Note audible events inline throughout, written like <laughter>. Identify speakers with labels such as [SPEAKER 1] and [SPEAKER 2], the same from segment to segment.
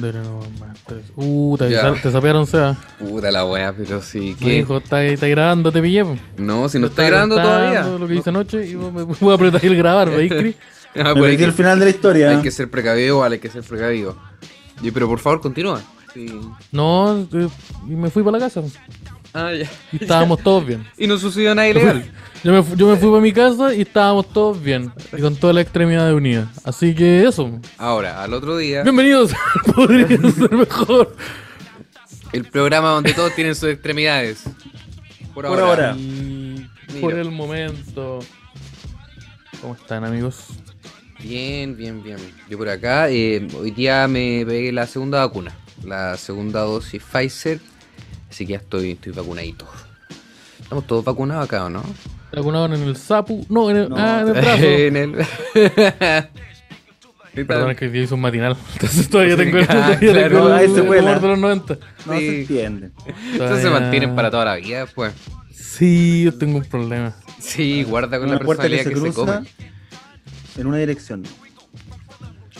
[SPEAKER 1] Dere no más tres. Uh, te, avisaron- te sapearon, sea.
[SPEAKER 2] Puta la weá, pero sí.
[SPEAKER 1] Me
[SPEAKER 2] ¿Qué?
[SPEAKER 1] dijo, está, está grabando, te pillé. po.
[SPEAKER 2] No, si
[SPEAKER 1] Yo
[SPEAKER 2] no está
[SPEAKER 1] estaba
[SPEAKER 2] grabando
[SPEAKER 1] contando
[SPEAKER 2] todavía.
[SPEAKER 1] Lo que hice anoche y vos me <laughs> voy a apretar el grabar,
[SPEAKER 2] <laughs>
[SPEAKER 1] ¿veis, Cris?
[SPEAKER 2] Ah,
[SPEAKER 3] Me
[SPEAKER 2] pues hay,
[SPEAKER 3] perdí el
[SPEAKER 2] que,
[SPEAKER 3] final de la historia.
[SPEAKER 2] hay que ser precavido, vale, hay que ser precavido. Y, pero por favor, continúa. Sí.
[SPEAKER 1] No, eh, y me fui para la casa.
[SPEAKER 2] Ah, ya.
[SPEAKER 1] Y estábamos todos
[SPEAKER 2] <laughs>
[SPEAKER 1] bien.
[SPEAKER 2] Y no sucedió nada ilegal.
[SPEAKER 1] Yo me, fu- yo me fui para mi casa y estábamos todos bien. Y con toda la extremidad de unida. Así que eso.
[SPEAKER 2] <laughs> Ahora, al otro día,
[SPEAKER 1] Bienvenidos <laughs> al
[SPEAKER 2] <laughs>
[SPEAKER 1] Podría Ser Mejor.
[SPEAKER 2] el programa donde todos tienen sus extremidades. Por
[SPEAKER 3] Por
[SPEAKER 2] ahora.
[SPEAKER 3] ahora.
[SPEAKER 1] Y por el momento. ¿Cómo están, amigos?
[SPEAKER 2] Bien, bien, bien. Yo por acá, eh, hoy día me pegué la segunda vacuna. La segunda dosis Pfizer. Así que ya estoy, estoy vacunadito. Estamos todos vacunados acá, ¿o no?
[SPEAKER 1] ¿Te vacunaron en el sapu? No, en el,
[SPEAKER 3] No.
[SPEAKER 1] ah, en el brazo.
[SPEAKER 2] <laughs> en el...
[SPEAKER 1] Perdón, es que hoy día hice un matinal. <laughs> Entonces todavía tengo el,
[SPEAKER 2] Ah,
[SPEAKER 1] todavía
[SPEAKER 2] claro,
[SPEAKER 1] tengo el,
[SPEAKER 3] ahí se
[SPEAKER 1] el
[SPEAKER 3] cuela.
[SPEAKER 1] humor de los 90.
[SPEAKER 3] No
[SPEAKER 2] Sí.
[SPEAKER 3] se entiende.
[SPEAKER 2] Entonces se mantienen para toda la vida, pues.
[SPEAKER 1] Sí, yo tengo un problema.
[SPEAKER 2] Sí, guarda con
[SPEAKER 3] Una
[SPEAKER 2] la
[SPEAKER 3] puerta que
[SPEAKER 2] personalidad
[SPEAKER 3] se
[SPEAKER 2] que se,
[SPEAKER 3] cruza
[SPEAKER 2] come.
[SPEAKER 3] en una dirección.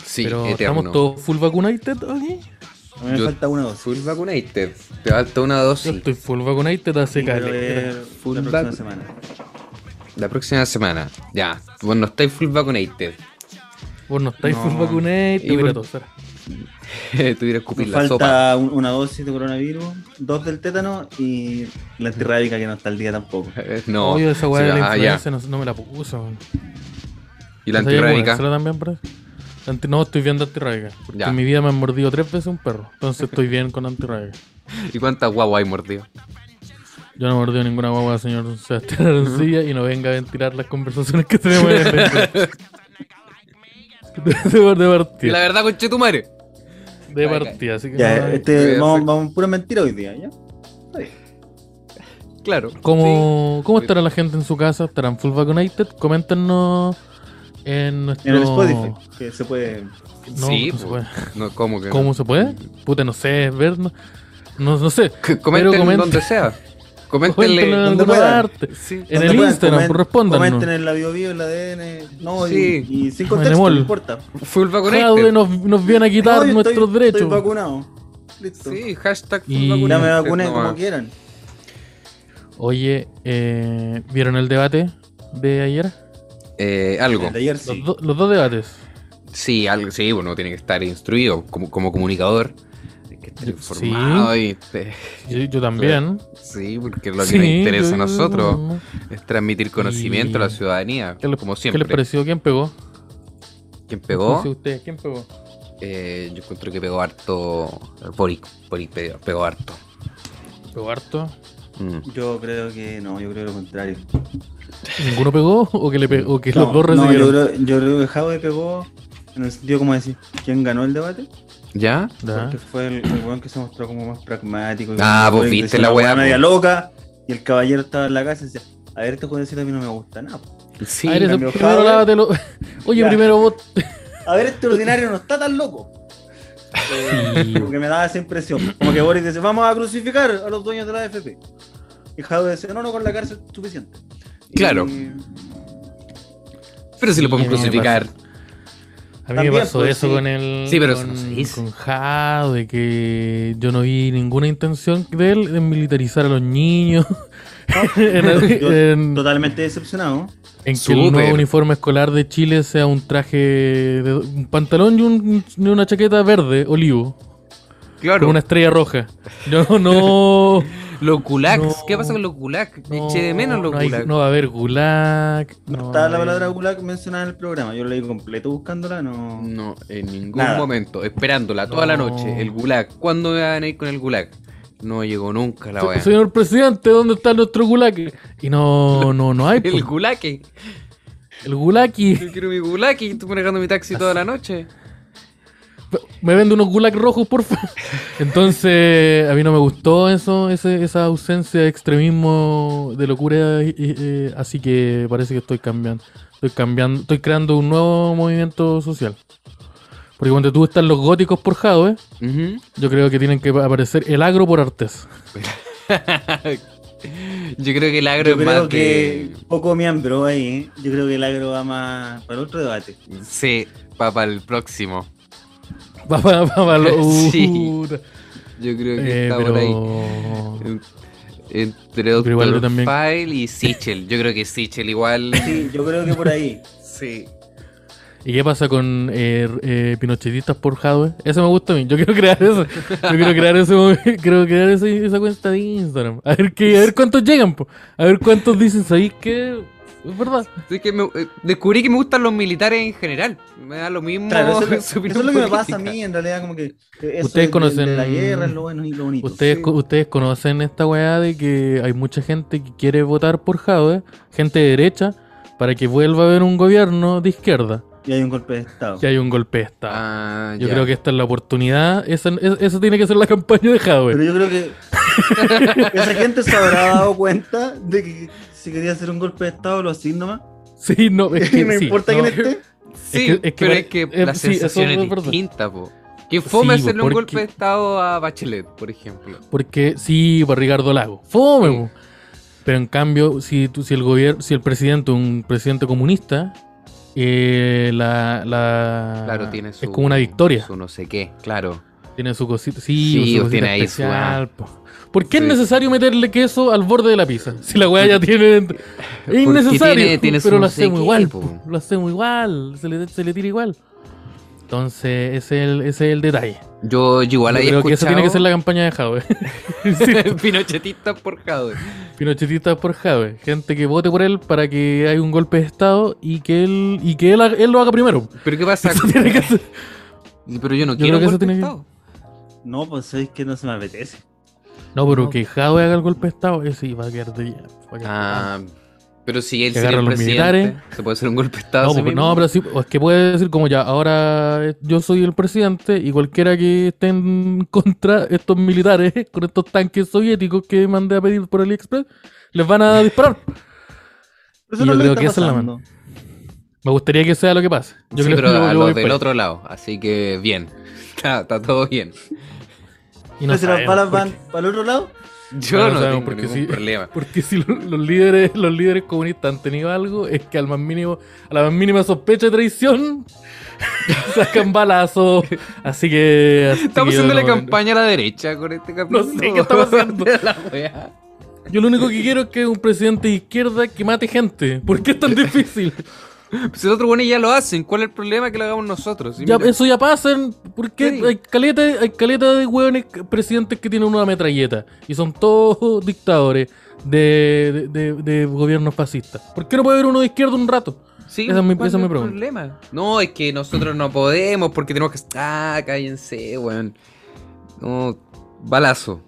[SPEAKER 2] Sí, este
[SPEAKER 1] Pero
[SPEAKER 2] eterno.
[SPEAKER 1] estamos todos full vacunated aquí.
[SPEAKER 3] A mí me
[SPEAKER 2] Yo-
[SPEAKER 3] falta una dosis.
[SPEAKER 2] Full vaccinated. Te falta una
[SPEAKER 1] Yo
[SPEAKER 2] dosis.
[SPEAKER 1] estoy full vacunated hace
[SPEAKER 3] Quiero
[SPEAKER 1] caleta.
[SPEAKER 3] ver
[SPEAKER 2] Full
[SPEAKER 3] la próxima
[SPEAKER 2] back.
[SPEAKER 3] semana.
[SPEAKER 2] La próxima semana. Ya. Bueno, estáis full vacunated. <laughs>
[SPEAKER 1] Vos no estáis full
[SPEAKER 3] No.
[SPEAKER 1] vacunated,
[SPEAKER 2] Y
[SPEAKER 1] te voy a
[SPEAKER 2] por-
[SPEAKER 1] tosar.
[SPEAKER 2] Tuviera que
[SPEAKER 3] Me
[SPEAKER 2] escupir la sopa. <laughs>
[SPEAKER 3] falta un- una dosis de coronavirus, dos del tétano y la antirrábica que no está al día tampoco.
[SPEAKER 2] Eh, No.
[SPEAKER 1] Obvio, esa weá
[SPEAKER 2] Sí,
[SPEAKER 1] de la
[SPEAKER 2] ah, ya.
[SPEAKER 1] influenza no, no me la puso. weón.
[SPEAKER 2] Y la
[SPEAKER 1] ¿No sabía
[SPEAKER 2] antirrábica.
[SPEAKER 1] ponérsela también, parece? La anti- No, estoy viendo antirrábica. Porque
[SPEAKER 2] Ya.
[SPEAKER 1] en mi vida me han mordido tres veces un perro.
[SPEAKER 2] <laughs>
[SPEAKER 1] Entonces estoy bien con antirrábica.
[SPEAKER 2] ¿Y cuántas guaguas hay mordido?
[SPEAKER 1] Yo no he mordido ninguna guagua, señor Sebastián Arancilla, y no venga a ventilar las conversaciones que tenemos
[SPEAKER 3] <laughs>
[SPEAKER 1] en el <laughs> de, de
[SPEAKER 2] Y la
[SPEAKER 1] partida.
[SPEAKER 2] verdad, conche tu madre.
[SPEAKER 1] De
[SPEAKER 2] Ay,
[SPEAKER 1] partida, así que.
[SPEAKER 3] Ya,
[SPEAKER 1] no,
[SPEAKER 3] este,
[SPEAKER 2] Voy a
[SPEAKER 3] vamos,
[SPEAKER 2] hacer-
[SPEAKER 3] vamos pura mentira hoy día, ¿ya? Está bien.
[SPEAKER 2] Claro.
[SPEAKER 1] ¿Cómo, ¿Cómo estará la gente en su casa? ¿Estarán full vaccinated? Coméntenos en nuestro.
[SPEAKER 3] En el Spotify, que se puede.
[SPEAKER 1] No,
[SPEAKER 2] sí,
[SPEAKER 1] no se
[SPEAKER 2] po.
[SPEAKER 1] puede.
[SPEAKER 2] No, ¿Cómo que? no? <laughs>
[SPEAKER 1] ¿Cómo se puede? Puta, no sé, es ver. No, no, no sé.
[SPEAKER 2] C- Comenten
[SPEAKER 1] comenten-
[SPEAKER 2] donde sea.
[SPEAKER 1] Coméntenlo en
[SPEAKER 2] Coméntenle.
[SPEAKER 3] donde
[SPEAKER 1] alguna
[SPEAKER 3] puedan.
[SPEAKER 1] parte.
[SPEAKER 2] Sí.
[SPEAKER 1] En
[SPEAKER 3] Donde
[SPEAKER 1] el
[SPEAKER 3] puedan,
[SPEAKER 1] Instagram,
[SPEAKER 3] comen-
[SPEAKER 1] por respóndanos.
[SPEAKER 3] Comenten en la bio bio, en la DN. No, y-
[SPEAKER 2] Sí.
[SPEAKER 3] y, sin
[SPEAKER 1] En
[SPEAKER 3] contexto,
[SPEAKER 1] Emol.
[SPEAKER 3] no importa.
[SPEAKER 2] Full
[SPEAKER 1] Jaude
[SPEAKER 2] vacunated.
[SPEAKER 1] nos, nos viene a quitar
[SPEAKER 3] No, yo
[SPEAKER 1] nuestros
[SPEAKER 3] estoy-
[SPEAKER 1] derechos.
[SPEAKER 3] Estoy vacunado. Listo.
[SPEAKER 2] Sí, hashtag full
[SPEAKER 1] Y-
[SPEAKER 3] Ya me
[SPEAKER 2] vacunated
[SPEAKER 3] vacuné
[SPEAKER 2] nomás.
[SPEAKER 3] como quieran.
[SPEAKER 1] Oye, eh, ¿vieron el debate de ayer?
[SPEAKER 2] Eh, algo.
[SPEAKER 3] El de ayer
[SPEAKER 1] Los,
[SPEAKER 3] sí.
[SPEAKER 1] do- los dos debates.
[SPEAKER 2] Sí, algo, sí, uno tiene que estar instruido como, como comunicador. Hay que estar
[SPEAKER 1] Sí.
[SPEAKER 2] informado y te-
[SPEAKER 1] Yo, yo también.
[SPEAKER 2] <laughs> sí, porque es lo que
[SPEAKER 1] Sí,
[SPEAKER 2] nos interesa
[SPEAKER 1] yo-
[SPEAKER 2] a nosotros es transmitir conocimiento a la
[SPEAKER 1] Y-
[SPEAKER 2] ciudadanía,
[SPEAKER 1] ¿Qué les,
[SPEAKER 2] como
[SPEAKER 1] ¿Qué les
[SPEAKER 2] siempre.
[SPEAKER 1] pareció? ¿Quién pegó?
[SPEAKER 2] ¿Quién
[SPEAKER 1] ¿Qué
[SPEAKER 2] pegó?
[SPEAKER 1] pareció a ustedes? ¿Quién pegó?
[SPEAKER 2] Eh, yo encuentro que pegó harto Boric, Boric pegó, pegó harto.
[SPEAKER 1] ¿Pegó <laughs> harto?
[SPEAKER 2] Mm.
[SPEAKER 3] Yo creo que no, yo creo lo contrario.
[SPEAKER 1] ¿Ninguno pegó? ¿O que, le pe- o que
[SPEAKER 3] No,
[SPEAKER 1] los dos
[SPEAKER 3] no, yo,
[SPEAKER 1] recibieron?
[SPEAKER 3] creo, yo creo que Jaude pegó en el sentido como decir quién ganó el debate.
[SPEAKER 2] ¿Ya?
[SPEAKER 1] Ya.
[SPEAKER 3] Porque fue el, el weón que se mostró como más pragmático. y
[SPEAKER 2] Ah,
[SPEAKER 3] como
[SPEAKER 2] vos
[SPEAKER 3] que
[SPEAKER 2] viste
[SPEAKER 3] decía
[SPEAKER 2] la
[SPEAKER 3] una
[SPEAKER 2] weá,
[SPEAKER 3] weá
[SPEAKER 2] po.
[SPEAKER 3] media loca. Y el caballero estaba en la casa y decía: A ver, este jueguecito a mí no me gusta nada. po.
[SPEAKER 2] Sí.
[SPEAKER 1] Ah, eres el
[SPEAKER 3] cambió
[SPEAKER 1] primero
[SPEAKER 3] Jaude.
[SPEAKER 1] lávatelo. <laughs> Oye,
[SPEAKER 3] Ya.
[SPEAKER 1] primero vos.
[SPEAKER 3] A ver, este ordinario no está tan loco. <laughs>
[SPEAKER 1] Sí.
[SPEAKER 3] Porque me daba esa impresión. Como que Boris dice: Vamos a crucificar a los dueños de la AFP. Y Jaude decía: No, no, con la cárcel es suficiente. Y-
[SPEAKER 2] Claro. Pero si lo
[SPEAKER 1] Sí,
[SPEAKER 2] podemos
[SPEAKER 1] a mí me
[SPEAKER 2] crucificar.
[SPEAKER 1] A mí
[SPEAKER 3] También,
[SPEAKER 1] me pasó
[SPEAKER 3] pues,
[SPEAKER 1] eso
[SPEAKER 3] sí.
[SPEAKER 1] con el.
[SPEAKER 2] Sí, pero eso
[SPEAKER 1] con,
[SPEAKER 2] no se dice.
[SPEAKER 1] con Jao, de que yo no vi ninguna intención de él en militarizar a los niños. <laughs> en,
[SPEAKER 3] Yo
[SPEAKER 1] en-
[SPEAKER 3] Totalmente decepcionado.
[SPEAKER 1] en que el
[SPEAKER 2] Súper.
[SPEAKER 1] nuevo uniforme escolar de Chile sea un traje, de, un pantalón y, un- y una chaqueta verde, olivo,
[SPEAKER 2] Claro.
[SPEAKER 1] con una estrella roja. Yo no,
[SPEAKER 2] <laughs>
[SPEAKER 1] no.
[SPEAKER 2] Los gulags.
[SPEAKER 1] No.
[SPEAKER 2] ¿Qué pasa con los gulags?
[SPEAKER 1] no,
[SPEAKER 2] Eché de menos los
[SPEAKER 1] no, hay-
[SPEAKER 2] gulags.
[SPEAKER 1] no va a haber gulag.
[SPEAKER 3] No,
[SPEAKER 1] va
[SPEAKER 3] estaba
[SPEAKER 1] a
[SPEAKER 3] la palabra
[SPEAKER 1] haber-
[SPEAKER 3] gulag mencionada en el programa. Yo la leí completo buscándola. No.
[SPEAKER 2] No, en ningún
[SPEAKER 3] Nada.
[SPEAKER 2] momento, esperándola toda la
[SPEAKER 1] No.
[SPEAKER 2] noche, el gulag. ¿Cuándo me van a ir con el gulag? No llegó nunca la
[SPEAKER 1] Se-
[SPEAKER 2] weá.
[SPEAKER 1] Señor presidente, ¿dónde está nuestro gulag? Y no, no, no hay. pues.
[SPEAKER 2] <laughs> <laughs> El gulaki.
[SPEAKER 1] El gulaki.
[SPEAKER 2] Yo quiero mi gulaki. Estoy manejando mi taxi toda la noche.
[SPEAKER 1] Me vende unos gulag rojos, porfa.
[SPEAKER 2] <laughs>
[SPEAKER 1] Entonces, a mí no me gustó eso, ese- esa ausencia de extremismo, de locura, y- y- eh, así que parece que estoy cambiando. Estoy cambiando, estoy creando un nuevo movimiento social. Porque cuando tú están los góticos por Jadwe,
[SPEAKER 2] Ujú.
[SPEAKER 1] yo creo que tienen que aparecer el agro por artes. <laughs>
[SPEAKER 2] Yo creo que el agro
[SPEAKER 3] Yo
[SPEAKER 2] es
[SPEAKER 3] creo
[SPEAKER 2] más
[SPEAKER 3] que
[SPEAKER 2] de.
[SPEAKER 3] poco miembro ahí, ¿eh? Yo creo que el agro va más para otro debate.
[SPEAKER 2] Sí, para el próximo.
[SPEAKER 1] Va para
[SPEAKER 2] <laughs> Sí,
[SPEAKER 1] uh,
[SPEAKER 2] Yo creo
[SPEAKER 1] Eh,
[SPEAKER 2] que está por ahí. En- Entre Doctor
[SPEAKER 1] igual yo también-
[SPEAKER 2] File y Sichel. Yo creo que Sichel igual.
[SPEAKER 3] <laughs> Sí, yo creo que por
[SPEAKER 2] <laughs>
[SPEAKER 3] ahí.
[SPEAKER 2] sí.
[SPEAKER 1] ¿Y qué pasa con eh, eh, pinochetistas por Jadwe? Eso me gusta a mí. Yo quiero crear eso. Yo quiero crear, ese, <laughs> quiero crear ese- esa cuenta de Instagram. A ver, qué, a ver cuántos llegan, po. A ver cuántos dicen, ¿sabéis qué? Es verdad.
[SPEAKER 2] Así que me- eh, descubrí que me gustan los militares en general. Me da lo mismo.
[SPEAKER 3] Claro, eso, es lo-
[SPEAKER 2] <laughs> su
[SPEAKER 3] eso
[SPEAKER 2] opinión
[SPEAKER 3] es lo que me
[SPEAKER 2] política.
[SPEAKER 3] pasa a mí, en realidad, como que. que eso
[SPEAKER 1] Ustedes
[SPEAKER 3] de-
[SPEAKER 1] conocen-
[SPEAKER 3] de la guerra es lo bueno y lo bonito.
[SPEAKER 1] Ustedes, co- ustedes conocen esta weá de que hay mucha gente que quiere votar por Jadwe, gente de derecha, para que vuelva a haber un gobierno de izquierda.
[SPEAKER 3] Y hay un golpe de Estado.
[SPEAKER 1] Que hay un golpe de Estado.
[SPEAKER 2] Ah,
[SPEAKER 1] Yo
[SPEAKER 2] ya.
[SPEAKER 1] creo que esta es la oportunidad. Esa, es- esa tiene que ser la campaña de Jadwe.
[SPEAKER 3] Pero yo
[SPEAKER 1] <laughs>
[SPEAKER 3] creo que. esa gente se habrá dado cuenta de que si quería hacer un golpe de Estado lo hacía nomás.
[SPEAKER 1] Sí, no,
[SPEAKER 3] <laughs>
[SPEAKER 1] es que
[SPEAKER 3] no
[SPEAKER 1] <laughs> sí,
[SPEAKER 3] importa
[SPEAKER 1] no.
[SPEAKER 3] quién esté.
[SPEAKER 2] Sí,
[SPEAKER 1] es que- es que
[SPEAKER 2] pero
[SPEAKER 1] pare-
[SPEAKER 2] es que
[SPEAKER 1] eh,
[SPEAKER 2] la
[SPEAKER 1] sí, eso
[SPEAKER 2] sensación
[SPEAKER 1] es
[SPEAKER 2] es
[SPEAKER 1] verdad.
[SPEAKER 2] distinta, po. Que fome
[SPEAKER 1] Sí, po,
[SPEAKER 2] hacerle un golpe
[SPEAKER 1] porque-
[SPEAKER 2] de estado a Bachelet, por ejemplo.
[SPEAKER 1] Porque sí, para Ricardo Lago. Fome,
[SPEAKER 2] Sí.
[SPEAKER 1] po. Pero en cambio, si, tú- si el gobierno, si el presidente, un presidente comunista, eh, la, la-
[SPEAKER 2] Claro, tiene
[SPEAKER 1] Ah,
[SPEAKER 2] su.
[SPEAKER 1] es como una victoria.
[SPEAKER 2] Su no sé qué, claro.
[SPEAKER 1] Tiene su cosita. Sí,
[SPEAKER 2] Sí,
[SPEAKER 1] su cosita
[SPEAKER 2] tiene ahí su- ah.
[SPEAKER 1] especial, po. ¿Por qué
[SPEAKER 2] Sí.
[SPEAKER 1] es necesario meterle queso al borde de la pizza? Si la weá ya tiene. Es innecesario.
[SPEAKER 2] tiene- tiene su
[SPEAKER 1] pero lo
[SPEAKER 2] no sé
[SPEAKER 1] hacemos
[SPEAKER 2] qué,
[SPEAKER 1] igual.
[SPEAKER 2] po.
[SPEAKER 1] po. Lo hacemos igual. Se le, se le tira igual. Entonces, ese es el, ese es el detalle.
[SPEAKER 2] Yo igual
[SPEAKER 1] Yo
[SPEAKER 2] había
[SPEAKER 1] creo
[SPEAKER 2] escuchado.
[SPEAKER 1] que esa tiene que ser
[SPEAKER 2] <laughs>
[SPEAKER 1] la campaña de Jave.
[SPEAKER 2] Pinochetista por Jadwe.
[SPEAKER 1] Pinochetistas por Jave. Gente que vote por él para que haya un golpe de Estado y que él, y que él, ha- él lo haga primero.
[SPEAKER 2] Pero ¿qué
[SPEAKER 1] <laughs>
[SPEAKER 2] pasa?
[SPEAKER 1] Eso tiene que ser-
[SPEAKER 2] Pero yo no
[SPEAKER 1] Yo creo
[SPEAKER 2] quiero
[SPEAKER 1] que
[SPEAKER 2] un
[SPEAKER 1] eso
[SPEAKER 2] golpe de
[SPEAKER 1] tiene que-
[SPEAKER 2] estado.
[SPEAKER 3] No, pues es que no se me apetece.
[SPEAKER 1] No, pero
[SPEAKER 2] No.
[SPEAKER 1] que Jave haga el golpe de Estado, ese sí va a quedar de va a quedar
[SPEAKER 2] Ah, pero si él
[SPEAKER 1] Que
[SPEAKER 2] sería
[SPEAKER 1] agarran
[SPEAKER 2] el
[SPEAKER 1] los
[SPEAKER 2] presidente, se puede hacer un golpe de estado.
[SPEAKER 1] No,
[SPEAKER 2] así
[SPEAKER 1] porque-
[SPEAKER 2] mismo?
[SPEAKER 1] no, pero sí, o es que puede decir como ya, ahora eh, yo soy el presidente y cualquiera que esté en contra estos militares, <laughs> con estos tanques soviéticos que mandé a pedir por AliExpress, les van a
[SPEAKER 2] <laughs>
[SPEAKER 1] disparar.
[SPEAKER 3] Pero eso
[SPEAKER 1] Y
[SPEAKER 3] no
[SPEAKER 1] yo
[SPEAKER 3] es lo
[SPEAKER 1] creo
[SPEAKER 3] está
[SPEAKER 1] que esa es la
[SPEAKER 3] pasando.
[SPEAKER 1] Me gustaría que sea lo que pase. Yo
[SPEAKER 2] sí,
[SPEAKER 1] creo
[SPEAKER 2] pero
[SPEAKER 1] que yo-
[SPEAKER 2] a
[SPEAKER 1] yo voy
[SPEAKER 2] los
[SPEAKER 1] por
[SPEAKER 2] del
[SPEAKER 1] ahí.
[SPEAKER 2] otro lado. Así que bien. <laughs> Está, está todo bien.
[SPEAKER 1] Y no
[SPEAKER 3] Pero si las
[SPEAKER 1] sabemos
[SPEAKER 3] balas
[SPEAKER 1] por
[SPEAKER 3] van
[SPEAKER 1] qué.
[SPEAKER 3] para el otro lado,
[SPEAKER 2] Yo
[SPEAKER 1] No,
[SPEAKER 2] no,
[SPEAKER 1] sabemos
[SPEAKER 2] tengo
[SPEAKER 1] porque
[SPEAKER 2] ningún
[SPEAKER 1] sí.
[SPEAKER 2] problema.
[SPEAKER 1] Porque si lo- los líderes, los líderes comunistas han tenido algo, es que al más mínimo, a la más mínima sospecha de traición, <laughs> sacan balazos. Así que. así
[SPEAKER 2] Estamos
[SPEAKER 1] que yo
[SPEAKER 2] haciendo la
[SPEAKER 1] no-
[SPEAKER 2] campaña a la derecha con este capítulo.
[SPEAKER 1] sé qué
[SPEAKER 2] <laughs>
[SPEAKER 1] está pasando.
[SPEAKER 2] La wea.
[SPEAKER 1] Yo lo único que quiero es que un presidente de izquierda que mate gente. <laughs> ¿Por qué es tan difícil?
[SPEAKER 2] Si los otros buenos ya lo hacen, ¿cuál es el problema que lo hagamos nosotros? Y
[SPEAKER 1] Ya,
[SPEAKER 2] mira,
[SPEAKER 1] eso ya pasa. ¿Por qué?
[SPEAKER 2] Sí.
[SPEAKER 1] Hay, caleta, hay caleta de hueones que- presidentes que tienen una metralleta. Y son todos dictadores de, de- de- de gobiernos fascistas. ¿Por qué no puede haber uno de izquierda un rato?
[SPEAKER 2] sí,
[SPEAKER 1] esa es mi-
[SPEAKER 2] ¿cuál
[SPEAKER 1] esa es mi
[SPEAKER 2] el
[SPEAKER 1] pregunta.
[SPEAKER 2] problema? No, es que nosotros no podemos porque tenemos que. Ah, cállense, weón. No, balazo.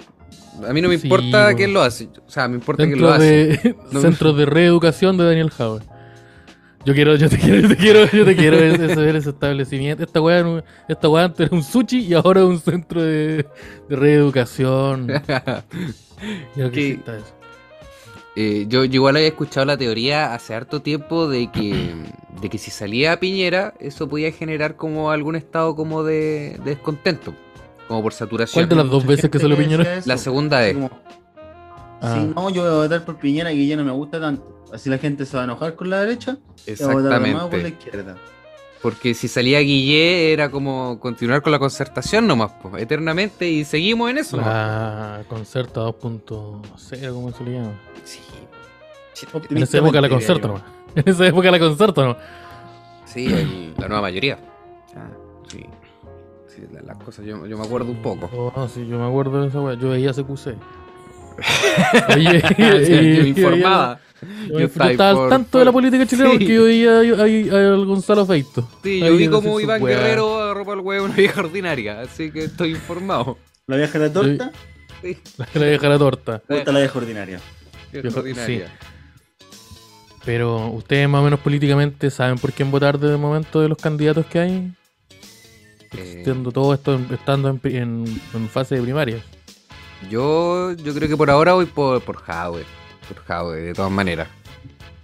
[SPEAKER 2] A mí no me
[SPEAKER 1] Sí,
[SPEAKER 2] importa
[SPEAKER 1] weón.
[SPEAKER 2] quién lo hace. O sea, me importa quién lo
[SPEAKER 1] Centros
[SPEAKER 2] hace.
[SPEAKER 1] <laughs> de,
[SPEAKER 2] No.
[SPEAKER 1] centros de reeducación de Daniel Howard. Yo quiero, yo te quiero, yo te quiero, yo te
[SPEAKER 2] <laughs>
[SPEAKER 1] quiero ese, ese- ver ese establecimiento. Esta weá, era un- esta weá antes era un sushi y ahora es un centro de, de
[SPEAKER 2] <laughs>
[SPEAKER 1] reeducación. Yo
[SPEAKER 2] Que-
[SPEAKER 1] que eso.
[SPEAKER 2] Eh, yo, yo igual había escuchado la teoría hace harto tiempo de que, de que si salía Piñera, eso podía generar como algún estado como de, de descontento, como por saturación.
[SPEAKER 1] ¿Cuál de las dos
[SPEAKER 3] mucha
[SPEAKER 1] veces que
[SPEAKER 3] gente
[SPEAKER 1] se lo piñera?
[SPEAKER 3] decía eso.
[SPEAKER 2] La segunda E, es.
[SPEAKER 3] Como,
[SPEAKER 1] Ah.
[SPEAKER 3] Si no, yo voy a votar por Piñera que ya no me gusta tanto. Así la gente se va a enojar con la derecha y va a votar más por la
[SPEAKER 2] Exactamente.
[SPEAKER 3] izquierda.
[SPEAKER 2] Porque si salía Guille era como continuar con la concertación nomás, po, eternamente, y seguimos en eso.
[SPEAKER 1] Ah.
[SPEAKER 2] nomás.
[SPEAKER 1] La concerta 2.0, ¿cómo se le llama?
[SPEAKER 2] Sí.
[SPEAKER 1] En esa época la concerta nomás. <laughs> En esa época la concerta nomás.
[SPEAKER 2] Sí, el- la nueva mayoría. Ah, sí. Sí, la- las cosas yo, yo me acuerdo un poco.
[SPEAKER 1] Oh, no, sí, yo me acuerdo de esa weá. Yo veía
[SPEAKER 2] <laughs>
[SPEAKER 1] CQC. Oye, <laughs>
[SPEAKER 2] yo
[SPEAKER 1] veía-
[SPEAKER 2] me informaba.
[SPEAKER 1] Yo,
[SPEAKER 2] Yo estaba
[SPEAKER 1] estaba
[SPEAKER 2] por-
[SPEAKER 1] al tanto
[SPEAKER 2] por-
[SPEAKER 1] de la política chilena
[SPEAKER 2] Sí.
[SPEAKER 1] porque yo veía a- a- al Gonzalo Feito.
[SPEAKER 2] Sí,
[SPEAKER 1] Ahí
[SPEAKER 2] yo vi
[SPEAKER 1] en
[SPEAKER 2] como
[SPEAKER 1] sus
[SPEAKER 2] Iván
[SPEAKER 1] weas.
[SPEAKER 2] Guerrero agarró para el huevo una vieja ordinaria, así que
[SPEAKER 1] <laughs>
[SPEAKER 2] estoy informado.
[SPEAKER 3] La vieja de la torta,
[SPEAKER 2] Sí,
[SPEAKER 1] La que le deja la torta.
[SPEAKER 2] Sí.
[SPEAKER 3] gusta la vieja ordinaria.
[SPEAKER 2] vieja
[SPEAKER 1] Viejo-
[SPEAKER 2] ordinaria.
[SPEAKER 1] Pero ustedes más o menos políticamente saben por quién votar desde el momento de los candidatos que hay.
[SPEAKER 2] Eh,
[SPEAKER 1] Siendo todo esto en- estando en, pri- en- en fase de primaria.
[SPEAKER 2] yo, yo creo que por ahora voy por, por Jadwe. Por Jadwe, de todas maneras.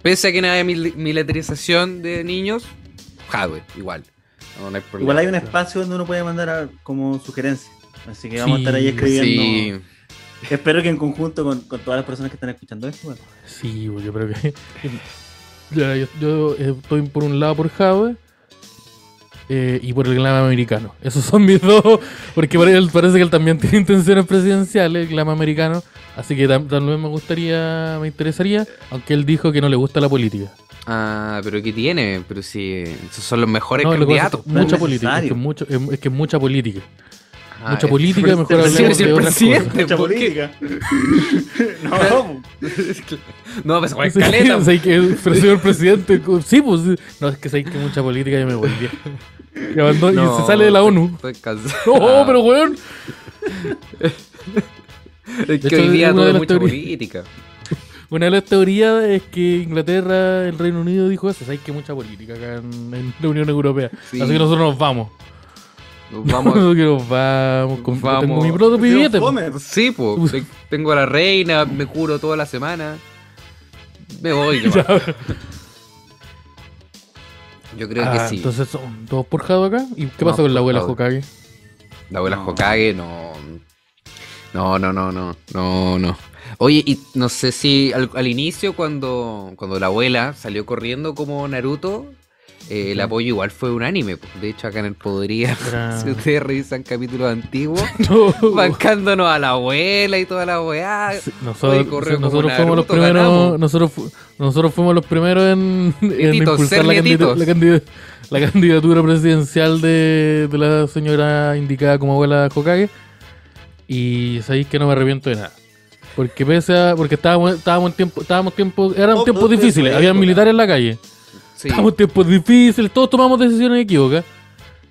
[SPEAKER 2] Pese a que no haya mil- militarización de niños, Jadwe, igual. No, no hay problema.
[SPEAKER 3] Igual hay un espacio donde uno puede mandar a- como sugerencias. Así que vamos
[SPEAKER 1] Sí,
[SPEAKER 3] a estar ahí escribiendo.
[SPEAKER 2] Sí,
[SPEAKER 3] Espero que en conjunto con, con todas las personas que están escuchando esto. bueno.
[SPEAKER 1] Sí, bo, yo creo <laughs> que. Ya, yo, yo, eh, estoy por un lado por Jave. eh, y por el glam americano. <laughs> Esos son mis dos, porque pare- él- parece que él también <laughs> tiene intenciones presidenciales, el glam americano. Así que tam- también me gustaría, me interesaría, aunque él dijo que no le gusta la política.
[SPEAKER 2] Ah, pero ¿qué tiene? Pero si esos son los mejores
[SPEAKER 1] No, lo que pasa es
[SPEAKER 2] candidatos.
[SPEAKER 1] que es mucha
[SPEAKER 3] es
[SPEAKER 1] política, es que,
[SPEAKER 3] necesario.
[SPEAKER 1] es mucho, es, es que es mucha política.
[SPEAKER 2] Ah,
[SPEAKER 1] mucha
[SPEAKER 2] es-
[SPEAKER 1] política,
[SPEAKER 2] pero-
[SPEAKER 1] mejor
[SPEAKER 2] pero
[SPEAKER 1] hablemos
[SPEAKER 2] si eres el
[SPEAKER 1] de otras
[SPEAKER 2] presidente, <laughs>
[SPEAKER 3] Mucha
[SPEAKER 2] ¿por qué?
[SPEAKER 3] política. <laughs>
[SPEAKER 1] <laughs>
[SPEAKER 3] no, pues,
[SPEAKER 2] No, pues güey,
[SPEAKER 1] Sí, <laughs>
[SPEAKER 2] caleta.
[SPEAKER 1] sí, que- pero señor presidente, co- sí, pues. sí. No, es que sé que mucha política ya me volví. Y, abandon- y
[SPEAKER 2] No, Ah.
[SPEAKER 1] se sale de la
[SPEAKER 2] estoy-
[SPEAKER 1] ONU.
[SPEAKER 2] Estoy cansado.
[SPEAKER 1] <laughs> No, pero weón.
[SPEAKER 2] Es que
[SPEAKER 1] hecho,
[SPEAKER 2] hoy día
[SPEAKER 1] una
[SPEAKER 2] todo
[SPEAKER 1] de
[SPEAKER 2] es
[SPEAKER 1] las
[SPEAKER 2] mucha
[SPEAKER 1] teorías-
[SPEAKER 2] política.
[SPEAKER 1] Una de las teorías es que Inglaterra, el Reino Unido dijo eso. Hay que mucha política acá en, en la Unión Europea.
[SPEAKER 2] Sí.
[SPEAKER 1] Así que nosotros nos vamos.
[SPEAKER 2] Nos Vamos.
[SPEAKER 1] Nosotros <laughs> que nos vamos. con-
[SPEAKER 2] Vamos.
[SPEAKER 1] Tengo mi propio billete. po.
[SPEAKER 3] Fome.
[SPEAKER 2] <laughs> Sí, pues. te- Tengo a la reina, me curo toda la semana. Me voy, <laughs> yo.
[SPEAKER 1] Ya.
[SPEAKER 2] Yo creo
[SPEAKER 1] Ah,
[SPEAKER 2] que sí.
[SPEAKER 1] Entonces son todos porjados acá. ¿Y qué
[SPEAKER 2] Todos
[SPEAKER 1] pasa con la abuela
[SPEAKER 2] porjados.
[SPEAKER 1] Hokage?
[SPEAKER 2] <laughs> La abuela
[SPEAKER 3] No.
[SPEAKER 2] Hokage, no. No, no, no, no, no, no. Oye, y no sé si al, al inicio cuando, cuando la abuela salió corriendo como Naruto, eh, el apoyo igual fue unánime. po. De hecho, acá en el Podría,
[SPEAKER 1] Era-
[SPEAKER 2] <laughs> si ustedes revisan capítulos antiguos, <laughs>
[SPEAKER 1] No.
[SPEAKER 2] bancándonos a la abuela y toda la weá.
[SPEAKER 1] Sí, Nosotros,
[SPEAKER 2] Oye, corrió
[SPEAKER 1] nosotros
[SPEAKER 2] como
[SPEAKER 1] fuimos los
[SPEAKER 2] Naruto,
[SPEAKER 1] primeros,
[SPEAKER 2] ganamos.
[SPEAKER 1] nosotros, fu- nosotros fuimos los primeros en, en
[SPEAKER 2] Nietitos,
[SPEAKER 1] impulsar
[SPEAKER 2] ser
[SPEAKER 1] la, candida-
[SPEAKER 2] nietitos.
[SPEAKER 1] la candida- la candidatura presidencial de, de la señora indicada como abuela Hokage. Y sabéis que no me arrepiento de nada. Porque pese a, porque estábamos, estábamos en tiempo, estábamos en tiempo, eran
[SPEAKER 3] Oh,
[SPEAKER 1] tiempos
[SPEAKER 3] no te
[SPEAKER 1] difíciles,
[SPEAKER 3] creo,
[SPEAKER 1] había
[SPEAKER 3] cara.
[SPEAKER 1] militares en la calle.
[SPEAKER 2] Sí.
[SPEAKER 1] Estábamos en tiempos difíciles, todos tomamos decisiones equívocas.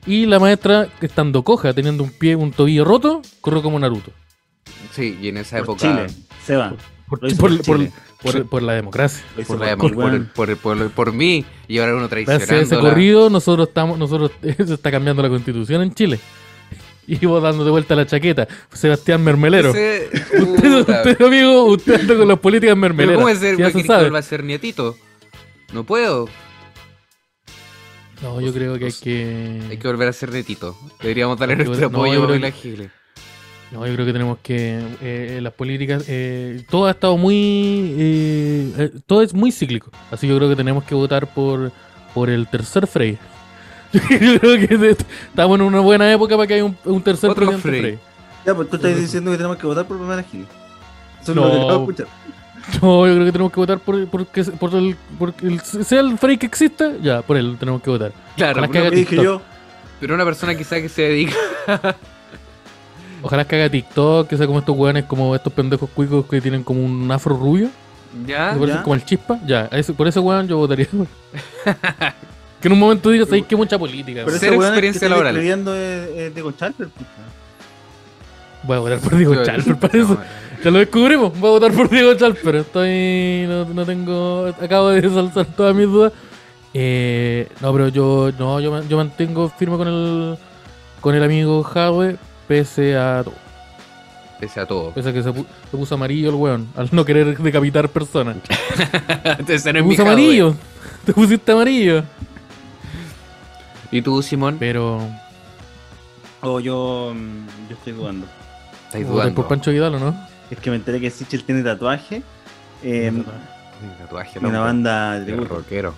[SPEAKER 1] Y la maestra, estando coja, teniendo un pie, un tobillo roto, corrió como Naruto.
[SPEAKER 2] Sí, y en esa
[SPEAKER 3] Por
[SPEAKER 2] época.
[SPEAKER 3] Chile, se va.
[SPEAKER 1] Por,
[SPEAKER 3] Lo hizo
[SPEAKER 1] por-
[SPEAKER 3] por
[SPEAKER 1] por-
[SPEAKER 3] Chile.
[SPEAKER 1] por- por la democracia.
[SPEAKER 3] Lo hizo
[SPEAKER 2] Por, la demo-
[SPEAKER 3] por mí,
[SPEAKER 2] por,
[SPEAKER 3] weón.
[SPEAKER 2] el- por, el- por, el- por mí, y ahora uno
[SPEAKER 1] Gracias a ese
[SPEAKER 2] traicionando.
[SPEAKER 1] corrido, nosotros estamos, nosotros <laughs> se está cambiando la constitución en Chile. <laughs> Y vos dándote vuelta la chaqueta, Sebastián Mermelero. <laughs> Usted, usted, amigo, usted anda con las políticas
[SPEAKER 2] Pero
[SPEAKER 1] mermeleras.
[SPEAKER 2] ¿cómo es ser
[SPEAKER 1] ya se
[SPEAKER 2] que Cristóbal
[SPEAKER 1] sabe.
[SPEAKER 2] va a ser nietito? No puedo.
[SPEAKER 1] No, yo creo que hay
[SPEAKER 2] Los- Hay
[SPEAKER 1] que.
[SPEAKER 2] que volver a ser nietito. Deberíamos darle
[SPEAKER 1] Hay que
[SPEAKER 2] nuestro
[SPEAKER 1] vol- no,
[SPEAKER 2] apoyo
[SPEAKER 1] yo
[SPEAKER 2] a
[SPEAKER 1] creo
[SPEAKER 2] Gabriela
[SPEAKER 1] que-
[SPEAKER 2] Giles.
[SPEAKER 1] No, yo creo que tenemos que. eh, las políticas. eh, todo ha estado muy. eh, eh, todo es muy cíclico. Así que yo creo que tenemos que votar por, por el tercer Frey. <laughs> Yo creo que de- estamos en una buena época para que haya un, un tercer
[SPEAKER 2] Otro
[SPEAKER 1] presidente
[SPEAKER 2] Frey.
[SPEAKER 1] Frey.
[SPEAKER 3] Ya, pues tú estás diciendo que tenemos que votar por Pamela Giles. Eso es
[SPEAKER 1] No.
[SPEAKER 3] lo que acabo de escuchar.
[SPEAKER 1] <laughs> No, yo creo que tenemos que votar por, por, que- por el, por el- Sea el Frey que exista, ya, por él tenemos que votar.
[SPEAKER 2] Claro,
[SPEAKER 1] Ojalá
[SPEAKER 2] una-
[SPEAKER 1] que
[SPEAKER 3] Lo
[SPEAKER 1] haga
[SPEAKER 3] que dije
[SPEAKER 1] TikTok.
[SPEAKER 3] yo.
[SPEAKER 2] pero una persona quizá que se dedica.
[SPEAKER 1] Ojalá que haga TikTok, que sea como estos hueones, como estos pendejos cuicos que tienen como un afro rubio,
[SPEAKER 2] ¿Ya?
[SPEAKER 1] que parecen
[SPEAKER 3] Ah, ya.
[SPEAKER 1] como el chispa. Ya, a ese- por ese hueón yo votaría.
[SPEAKER 3] <laughs>
[SPEAKER 1] que en un momento digas, hay que mucha política.
[SPEAKER 3] Pero
[SPEAKER 1] weón".
[SPEAKER 2] Cero
[SPEAKER 3] ese weón es que
[SPEAKER 2] experiencia
[SPEAKER 3] estoy
[SPEAKER 2] laboral.
[SPEAKER 3] describiendo es, es pues. Diego Chalper, puta.
[SPEAKER 1] Voy a votar por Diego
[SPEAKER 3] <laughs>
[SPEAKER 2] Yo-
[SPEAKER 1] Chalper, para
[SPEAKER 2] no,
[SPEAKER 1] eso. Ya lo descubrimos, voy a votar por Diego Chalper. Estoy. No, no tengo. Acabo de salzar todas mis dudas. Eh, no, pero yo. No, yo, ma- yo mantengo firme con el. Con el amigo Jadwe, pese a todo.
[SPEAKER 2] Pese a todo.
[SPEAKER 1] Pese a que se, pu- se puso amarillo el weón, al no querer decapitar personas.
[SPEAKER 2] <laughs> Ese no
[SPEAKER 1] Te
[SPEAKER 2] es mi
[SPEAKER 1] puso
[SPEAKER 2] hija,
[SPEAKER 1] amarillo, te pusiste amarillo.
[SPEAKER 2] güey. ¿Y tú, Simón?
[SPEAKER 1] Pero.
[SPEAKER 3] O yo, mm, yo estoy dudando.
[SPEAKER 2] Estáis
[SPEAKER 1] voté
[SPEAKER 2] dudando.
[SPEAKER 1] por Pancho Vidal, ¿o no?
[SPEAKER 3] Es que me enteré que Sichel tiene tatuaje eh, en
[SPEAKER 2] Mi tatuaje, pues,
[SPEAKER 3] una
[SPEAKER 2] loco.
[SPEAKER 3] banda de
[SPEAKER 2] El
[SPEAKER 3] tributo.
[SPEAKER 2] rockero.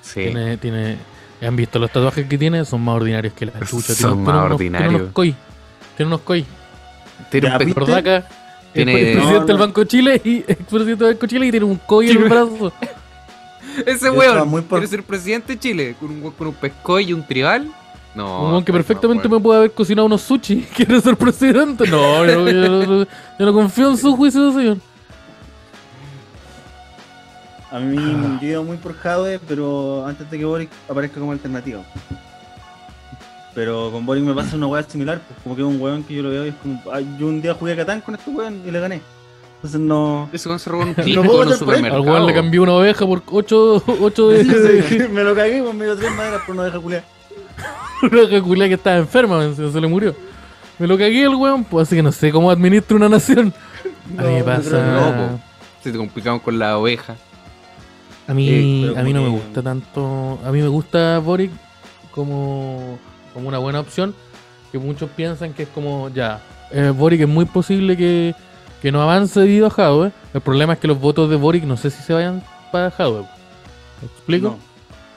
[SPEAKER 2] Sí.
[SPEAKER 1] Tiene, tiene. ¿Han visto los tatuajes que tiene? Son más ordinarios que la chucha. tiene- tiene
[SPEAKER 2] Son más
[SPEAKER 1] unos- Tiene
[SPEAKER 2] ordinarios.
[SPEAKER 1] unos koi. Tiene unos koi.
[SPEAKER 2] Tiene
[SPEAKER 3] Ya,
[SPEAKER 2] un pe-
[SPEAKER 3] ¿viste?
[SPEAKER 1] Rodaca,
[SPEAKER 2] Tiene-
[SPEAKER 1] Eh, el
[SPEAKER 3] No,
[SPEAKER 1] presidente
[SPEAKER 3] no.
[SPEAKER 1] del Banco de Chile y <laughs> expresidente del Banco de Chile y tiene un coy en el
[SPEAKER 2] <laughs>
[SPEAKER 1] brazo.
[SPEAKER 2] Ese
[SPEAKER 3] Yo estaba muy
[SPEAKER 2] weón.
[SPEAKER 3] por-
[SPEAKER 2] Quiere ser presidente de Chile. Con un, con un pescoy y un tribal. No.
[SPEAKER 1] un weón que
[SPEAKER 2] Oh, no,
[SPEAKER 1] perfectamente
[SPEAKER 2] weón.
[SPEAKER 1] me puede haber cocinado unos sushi. <laughs> Quiere ser presidente. No, yo, yo- yo- yo- yo no confío en su juicio, señor.
[SPEAKER 3] A mí yo iba muy por Jadwe, pero antes de que Boric aparezca como alternativa. Pero con Boric me pasa una weá similar, pues como que es un weón que yo lo veo y es como. ah, yo un día jugué a Catán con este weón y le gané. Entonces no.
[SPEAKER 2] Ese weón
[SPEAKER 1] <laughs>
[SPEAKER 2] se robó un pisco
[SPEAKER 3] puedo
[SPEAKER 2] en un
[SPEAKER 3] votar por él.
[SPEAKER 1] Al
[SPEAKER 2] supermercado.
[SPEAKER 1] weón le cambió una oveja por ocho, ocho
[SPEAKER 3] <laughs>
[SPEAKER 1] de, de-
[SPEAKER 3] me lo cagué con medio tres maderas, pero no deja culiar.
[SPEAKER 1] <laughs> una oveja culiá que estaba enferma, men, se, se le murió. Me lo cagué el weón, pues así que no sé cómo administra una nación. A mí me
[SPEAKER 3] No,
[SPEAKER 1] pasa.
[SPEAKER 2] no, po. Se te complicamos con la oveja.
[SPEAKER 1] A mí,
[SPEAKER 3] Eh, pero
[SPEAKER 1] a mí no
[SPEAKER 3] como
[SPEAKER 1] me
[SPEAKER 3] que-
[SPEAKER 1] gusta tanto. A mí me gusta Boric como, como una buena opción. Que muchos piensan que es como ya. eh, Boric es muy posible que, que no avance debido a Jadwe. El problema es que los votos de Boric no sé si se vayan para Jadwe. ¿Me explico?
[SPEAKER 3] No.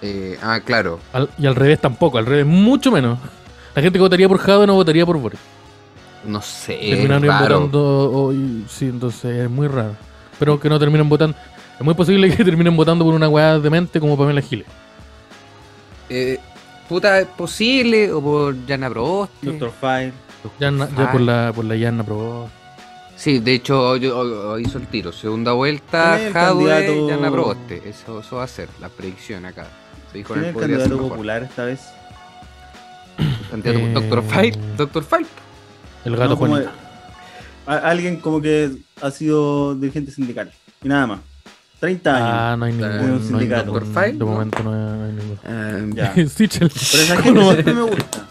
[SPEAKER 2] Eh, ah, claro.
[SPEAKER 1] Al- y al revés tampoco, al revés mucho menos. La gente que votaría por Jado no votaría por Boric.
[SPEAKER 2] No sé.
[SPEAKER 1] Terminaron
[SPEAKER 2] raro.
[SPEAKER 1] votando hoy, sí, entonces es muy raro. Pero que no terminen votando. Es muy posible que <laughs> terminen votando por una weá demente como Pamela Giles.
[SPEAKER 2] Eh, puta, ¿es posible? O por Jana Proboste.
[SPEAKER 3] Doctor File.
[SPEAKER 1] Ya, na- ya
[SPEAKER 2] Ah.
[SPEAKER 1] por la por la Yana probó.
[SPEAKER 2] Sí, de hecho, yo yo- yo hizo el tiro. Segunda vuelta,
[SPEAKER 3] ¿Quién es el
[SPEAKER 2] Jadwe,
[SPEAKER 3] candidato?
[SPEAKER 2] Jana Proboste. Eso, eso va a ser la predicción acá. Se dijo en
[SPEAKER 3] ¿Quién es el
[SPEAKER 2] Podría Ser
[SPEAKER 3] candidato
[SPEAKER 2] Mejor.
[SPEAKER 3] popular esta vez?
[SPEAKER 2] Candidato-
[SPEAKER 1] Eh,
[SPEAKER 2] Doctor File. Doctor File.
[SPEAKER 1] El gato
[SPEAKER 3] No, como
[SPEAKER 1] Juanito.
[SPEAKER 3] de- a- alguien como que ha sido dirigente sindical. Y nada más. 30 años.
[SPEAKER 1] Ah, no hay
[SPEAKER 2] Está
[SPEAKER 1] ningún.
[SPEAKER 3] en un
[SPEAKER 1] no hay
[SPEAKER 3] sindicato.
[SPEAKER 1] ningún-
[SPEAKER 2] File,
[SPEAKER 1] de
[SPEAKER 2] ¿no?
[SPEAKER 1] momento no hay, no hay ningún.
[SPEAKER 2] Ah,
[SPEAKER 3] Ya.
[SPEAKER 1] <laughs>
[SPEAKER 3] <laughs>
[SPEAKER 1] Sichel.
[SPEAKER 3] Pero esa
[SPEAKER 1] ¿Cómo
[SPEAKER 3] gente
[SPEAKER 1] va?
[SPEAKER 3] siempre me gusta.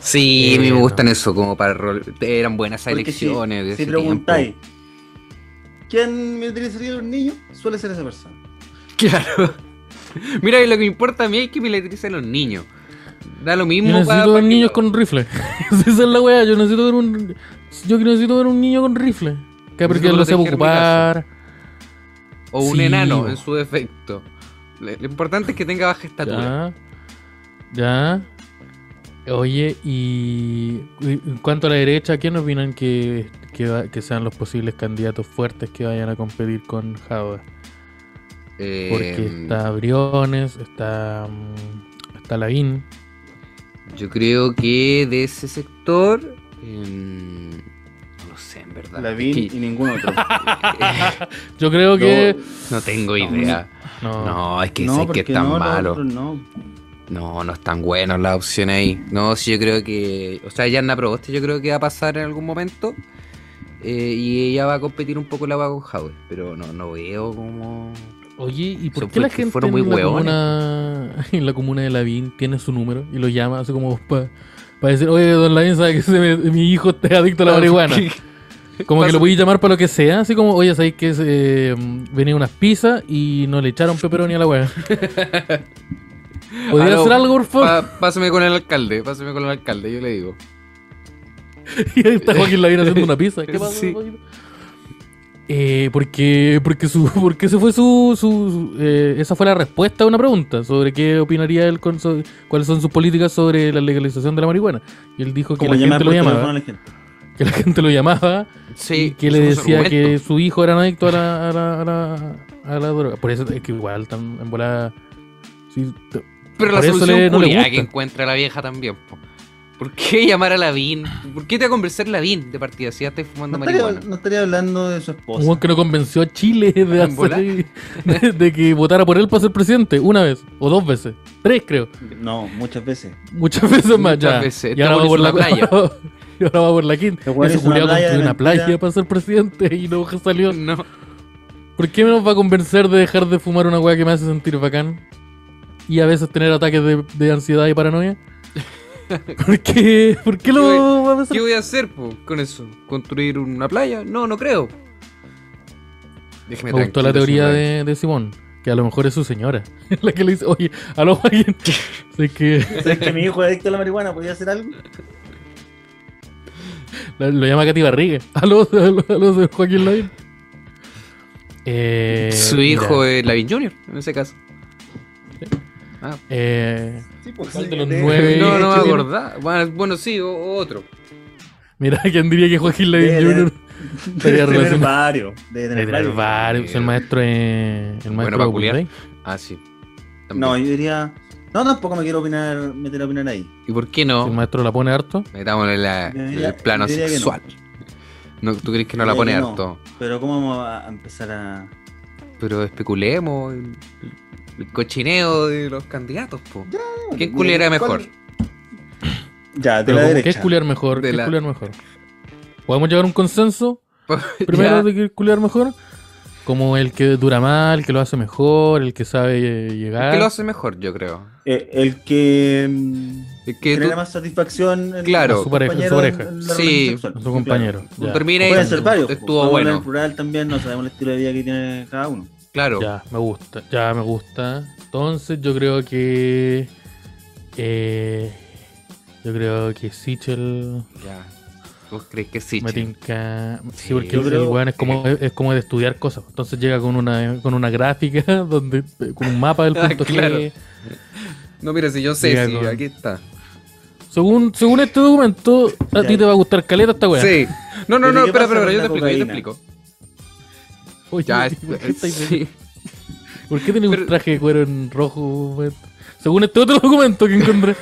[SPEAKER 2] Sí,
[SPEAKER 1] Eh,
[SPEAKER 2] a mí me
[SPEAKER 1] no.
[SPEAKER 2] gustan eso, como para rol. Eran buenas
[SPEAKER 3] Porque si,
[SPEAKER 2] elecciones. de
[SPEAKER 3] si
[SPEAKER 2] ese
[SPEAKER 3] preguntáis, ¿quién me utilizaría los niños? Suele ser esa persona.
[SPEAKER 2] tiempo. <laughs> Claro. Mira, y lo que me importa a mí es que me electricen los niños. Da lo
[SPEAKER 1] Yo
[SPEAKER 2] mismo. para-
[SPEAKER 1] necesito
[SPEAKER 2] para
[SPEAKER 1] ver
[SPEAKER 2] que-
[SPEAKER 1] niños con rifle. <laughs> Esa es la weá. Yo necesito ver un. Yo necesito ver un niño con rifle. Que porque
[SPEAKER 2] Necesito
[SPEAKER 1] lo sepa
[SPEAKER 2] proteger mi
[SPEAKER 1] ocupar.
[SPEAKER 2] O un
[SPEAKER 1] Sí,
[SPEAKER 2] enano,
[SPEAKER 1] bo.
[SPEAKER 2] en su defecto. Le- Lo importante es que tenga baja estatura.
[SPEAKER 1] Ya. Ya. Oye, y y en cuanto a la derecha, ¿quién opinan que, que, va- que sean los posibles candidatos fuertes que vayan a competir con Java?
[SPEAKER 2] Eh,
[SPEAKER 1] Porque está Briones, está, mm, está Lavín.
[SPEAKER 2] Yo creo que de ese sector. em, no lo sé, en verdad.
[SPEAKER 3] La
[SPEAKER 2] Es
[SPEAKER 3] vi
[SPEAKER 2] que-
[SPEAKER 3] y ningún
[SPEAKER 1] <laughs>
[SPEAKER 3] otro.
[SPEAKER 1] Yo creo que.
[SPEAKER 2] <laughs> no tengo
[SPEAKER 3] No,
[SPEAKER 2] idea.
[SPEAKER 1] <laughs> No,
[SPEAKER 2] No, es que sé que es tan
[SPEAKER 3] no, los
[SPEAKER 2] malo.
[SPEAKER 3] otros no.
[SPEAKER 2] No, no están buenas las opciones ahí. No, sí, yo creo que. O sea, Yanna Proboste yo creo que va a pasar en algún momento. eh, y ella va a competir un poco la va con Howard. Pero no, no veo como.
[SPEAKER 1] Oye, ¿y por
[SPEAKER 2] Son
[SPEAKER 1] qué la
[SPEAKER 2] fue-
[SPEAKER 1] gente
[SPEAKER 2] fueron muy
[SPEAKER 1] en, la
[SPEAKER 2] hueones.
[SPEAKER 1] comuna, <laughs> en la comuna de Lavín tiene su número y lo llama así como para decir, oye, don Lavín sabe que se me- mi hijo está adicto a la marihuana? <laughs> Como que
[SPEAKER 2] Ah, Pasa-
[SPEAKER 1] lo voy a llamar para lo que sea, así como, oye, sabéis que eh, venía unas pizzas y no le echaron pepperoni a la
[SPEAKER 2] <laughs>
[SPEAKER 1] weá. ¿Podría
[SPEAKER 2] Aló,
[SPEAKER 1] hacer algo, por favor?
[SPEAKER 2] pa- pásame con el alcalde, pásame con el alcalde, yo le digo.
[SPEAKER 1] <laughs> Y ahí está Joaquín Lavín haciendo una pizza.
[SPEAKER 3] <laughs>
[SPEAKER 1] ¿Qué pasó,
[SPEAKER 2] Sí.
[SPEAKER 1] Joaquín? Eh, porque, porque, su, <laughs> porque ese fue su. su- su- eh, esa fue la respuesta a una pregunta sobre qué opinaría él, con, sobre- cuáles son sus políticas sobre la legalización de la marihuana. Y él dijo que
[SPEAKER 3] Como
[SPEAKER 1] la gente
[SPEAKER 3] llamar
[SPEAKER 1] lo
[SPEAKER 3] por teléfono a
[SPEAKER 1] llamaba.
[SPEAKER 3] la gente.
[SPEAKER 1] Que la gente lo llamaba y
[SPEAKER 2] Sí.
[SPEAKER 1] que le decía que su hijo era un adicto a la, a la, a la, a la droga. Por eso es que igual tan en volada. sí, t-
[SPEAKER 2] Pero la
[SPEAKER 1] por eso
[SPEAKER 2] solución
[SPEAKER 1] le- no le
[SPEAKER 2] culiá
[SPEAKER 1] gusta.
[SPEAKER 2] que encuentra la vieja también, po. ¿Por qué llamar a Lavín? ¿Por qué te va a conversar Lavín de partida si ya estás fumando
[SPEAKER 3] No estaría,
[SPEAKER 2] marihuana?
[SPEAKER 3] no estaría hablando de su
[SPEAKER 1] un
[SPEAKER 3] esposa.
[SPEAKER 1] weón que no convenció a Chile de,
[SPEAKER 2] En volada.
[SPEAKER 1] hacer, <laughs> de, de que votara por él para ser presidente una vez, o dos veces, tres creo.
[SPEAKER 3] No, muchas veces.
[SPEAKER 1] Muchas veces más
[SPEAKER 2] Muchas
[SPEAKER 1] ya.
[SPEAKER 2] veces.
[SPEAKER 1] Y ahora va
[SPEAKER 2] Estamos
[SPEAKER 1] por
[SPEAKER 2] en
[SPEAKER 1] la
[SPEAKER 2] una
[SPEAKER 1] playa. <laughs> y ahora va por la quinta.
[SPEAKER 3] Este weón
[SPEAKER 1] Ese
[SPEAKER 3] hizo una
[SPEAKER 1] culiao
[SPEAKER 3] playa
[SPEAKER 1] construyó
[SPEAKER 3] de
[SPEAKER 1] una playa
[SPEAKER 3] mentira.
[SPEAKER 1] para ser presidente y no salió.
[SPEAKER 2] <laughs> No.
[SPEAKER 1] ¿Por qué me nos va a convencer de dejar de fumar una weá que me hace sentir bacán? Y a veces tener ataques de, de ansiedad y paranoia. ¿Por qué? ¿Por qué
[SPEAKER 2] ¿Qué
[SPEAKER 1] lo va a
[SPEAKER 2] ¿Qué
[SPEAKER 1] hacer?
[SPEAKER 2] voy a hacer po, con eso? ¿Construir una playa? No, no creo. Déjeme
[SPEAKER 1] Me gustó la
[SPEAKER 2] tranquilo,
[SPEAKER 1] teoría
[SPEAKER 2] señora.
[SPEAKER 1] de, de Simón, que a lo mejor es su señora. <laughs> la que le dice, oye, a lo <laughs> alguien. Sé que
[SPEAKER 3] ¿Sabes que mi hijo <laughs> es adicto a la marihuana? ¿Podría hacer algo?
[SPEAKER 1] la- lo llama Katy Barriga. <laughs> Aló, aló, aló, soy Joaquín Lavín. Eh,
[SPEAKER 2] Su
[SPEAKER 1] mira,
[SPEAKER 2] hijo es Lavin Jr., en ese caso. Ah.
[SPEAKER 1] eh,
[SPEAKER 3] Sí, pues.
[SPEAKER 1] ¿Cuál
[SPEAKER 3] sí,
[SPEAKER 1] de los
[SPEAKER 3] de-
[SPEAKER 1] nueve?
[SPEAKER 2] No, no me
[SPEAKER 1] Chile.
[SPEAKER 2] acordaba. Bueno, bueno, sí, o- o otro.
[SPEAKER 1] mira, ¿quién diría que Joaquín Lavín
[SPEAKER 3] Debe
[SPEAKER 1] Jr. <laughs>
[SPEAKER 3] Debe
[SPEAKER 1] Estaría
[SPEAKER 3] tener
[SPEAKER 1] relacionado.
[SPEAKER 3] varios. Debe tener
[SPEAKER 1] Era el
[SPEAKER 3] varios.
[SPEAKER 1] bar, el maestro es. El maestro
[SPEAKER 2] Bueno, pa'
[SPEAKER 1] de
[SPEAKER 2] culiar.
[SPEAKER 1] Populay.
[SPEAKER 2] Ah, sí. También.
[SPEAKER 3] No, yo diría. No, tampoco me quiero opinar, meter a opinar ahí.
[SPEAKER 2] ¿Y por qué
[SPEAKER 1] Si el
[SPEAKER 2] no?
[SPEAKER 1] maestro la pone harto.
[SPEAKER 2] Metámosle la,
[SPEAKER 3] Yo
[SPEAKER 2] el
[SPEAKER 3] diría-
[SPEAKER 2] plano
[SPEAKER 3] yo diría que no.
[SPEAKER 2] sexual. No. ¿Tú crees que no la
[SPEAKER 3] Yo
[SPEAKER 2] pone
[SPEAKER 3] diría que no.
[SPEAKER 2] harto?
[SPEAKER 3] Pero ¿cómo vamos a empezar a.?
[SPEAKER 2] Pero especulemos. El, el cochineo de los candidatos, po. ¿Quién
[SPEAKER 3] Mira,
[SPEAKER 2] culiera
[SPEAKER 3] ¿cuál-
[SPEAKER 2] mejor?
[SPEAKER 3] Ya, de
[SPEAKER 1] Pero
[SPEAKER 3] la
[SPEAKER 1] como, ¿qué es
[SPEAKER 3] derecha.
[SPEAKER 1] culiar mejor?
[SPEAKER 2] De
[SPEAKER 1] ¿Qué es
[SPEAKER 2] la-
[SPEAKER 1] culiar mejor? ¿Podemos llegar a un
[SPEAKER 2] <laughs>
[SPEAKER 1] consenso? Primero
[SPEAKER 2] Ya.
[SPEAKER 1] de que es culiar mejor. Como el que dura más, el que lo hace mejor, el que sabe eh, llegar.
[SPEAKER 2] ¿Qué lo hace mejor, yo creo?
[SPEAKER 3] Eh, el que. mm,
[SPEAKER 2] Es que tú-
[SPEAKER 3] genera más satisfacción. en-
[SPEAKER 2] Claro.
[SPEAKER 3] en
[SPEAKER 1] Su pareja,
[SPEAKER 3] compañero
[SPEAKER 1] su pareja.
[SPEAKER 3] en la
[SPEAKER 2] Sí,
[SPEAKER 3] relación sexual.
[SPEAKER 1] Con
[SPEAKER 3] Sí,
[SPEAKER 1] su compañero.
[SPEAKER 3] claro.
[SPEAKER 1] Ya,
[SPEAKER 2] termina
[SPEAKER 3] Pueden
[SPEAKER 2] y
[SPEAKER 3] ser varios. pues,
[SPEAKER 2] estuvo
[SPEAKER 3] Vamos a hablar
[SPEAKER 2] bueno.
[SPEAKER 3] en plural también, no sabemos el estilo de vida que tiene cada uno.
[SPEAKER 2] Claro.
[SPEAKER 1] ya, me gusta. Ya, me gusta. Entonces, yo creo que. eh, yo creo que Sichel.
[SPEAKER 2] Ya. ¿Vos crees que sí?
[SPEAKER 1] Me
[SPEAKER 2] che?
[SPEAKER 1] tinca. Sí,
[SPEAKER 2] Sí,
[SPEAKER 1] porque
[SPEAKER 3] yo
[SPEAKER 1] el- el
[SPEAKER 3] creo-
[SPEAKER 1] weón es como, es como de estudiar cosas. Entonces llega con una, con una gráfica, <laughs> donde eh, con un mapa del
[SPEAKER 2] Ah,
[SPEAKER 1] punto G.
[SPEAKER 2] claro. No, mira, si yo sé,
[SPEAKER 1] Mira,
[SPEAKER 2] sí,
[SPEAKER 1] con-
[SPEAKER 2] aquí está.
[SPEAKER 1] Según, según este documento, a ti te va a gustar caleta esta weá.
[SPEAKER 2] Sí. No, no,
[SPEAKER 3] ¿Pero
[SPEAKER 2] no,
[SPEAKER 3] qué
[SPEAKER 2] espera,
[SPEAKER 3] pasa
[SPEAKER 2] espera,
[SPEAKER 3] con la
[SPEAKER 2] espera, yo te
[SPEAKER 3] cocaína?
[SPEAKER 2] explico, yo te
[SPEAKER 1] <laughs>
[SPEAKER 2] explico.
[SPEAKER 1] Oye,
[SPEAKER 2] Ya,
[SPEAKER 3] <laughs>
[SPEAKER 1] ¿y
[SPEAKER 2] <laughs>
[SPEAKER 1] ¿por, qué
[SPEAKER 2] es-
[SPEAKER 1] estáis-
[SPEAKER 2] sí.
[SPEAKER 1] por qué tenés
[SPEAKER 2] Pero-
[SPEAKER 1] un traje de cuero en rojo, weón? Según este otro <laughs> documento que encontré.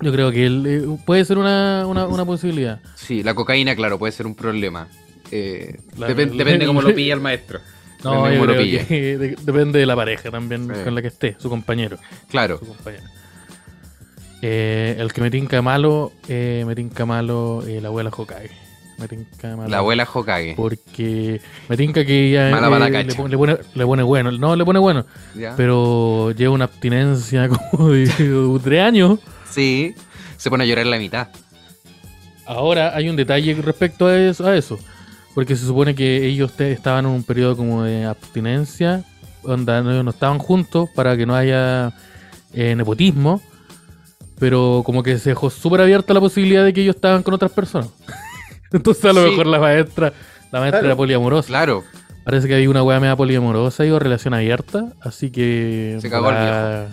[SPEAKER 1] Yo creo que él, eh, puede ser una, una, una posibilidad.
[SPEAKER 2] Sí, la cocaína, claro, puede ser un problema. Eh,
[SPEAKER 1] La-
[SPEAKER 2] depen-
[SPEAKER 1] la-
[SPEAKER 2] depende cómo lo pilla el maestro.
[SPEAKER 1] No,
[SPEAKER 2] depende
[SPEAKER 1] yo
[SPEAKER 2] cómo lo
[SPEAKER 1] creo
[SPEAKER 2] pille.
[SPEAKER 1] que de- depende de la pareja también
[SPEAKER 2] Sí.
[SPEAKER 1] con la que esté, su compañero.
[SPEAKER 2] Claro.
[SPEAKER 1] su compañero. Eh, el que me tinca malo, eh, me tinca malo eh, la abuela Hokage. Me tinca malo.
[SPEAKER 2] La abuela Hokage.
[SPEAKER 1] Porque me tinca que ella
[SPEAKER 2] Mala
[SPEAKER 1] eh,
[SPEAKER 2] para la
[SPEAKER 1] le,
[SPEAKER 2] cacha.
[SPEAKER 1] pone- le pone, le pone bueno. No, le pone bueno.
[SPEAKER 2] ¿ya?
[SPEAKER 1] Pero lleva una abstinencia <laughs> como de, de <laughs> tres años.
[SPEAKER 2] Sí. Se pone a llorar en la mitad.
[SPEAKER 1] Ahora hay un detalle respecto a eso, a eso, porque se supone que ellos te- estaban en un periodo como de abstinencia, onda, no, no estaban juntos para que no haya eh, nepotismo, pero como que se dejó súper abierta la posibilidad de que ellos estaban con otras personas. <laughs> Entonces a lo
[SPEAKER 2] Sí.
[SPEAKER 1] mejor la maestra, la maestra
[SPEAKER 3] Claro.
[SPEAKER 1] era poliamorosa.
[SPEAKER 2] Claro.
[SPEAKER 1] Parece que había una weá media poliamorosa y o relación abierta, así que...
[SPEAKER 2] Se cagó el
[SPEAKER 1] la-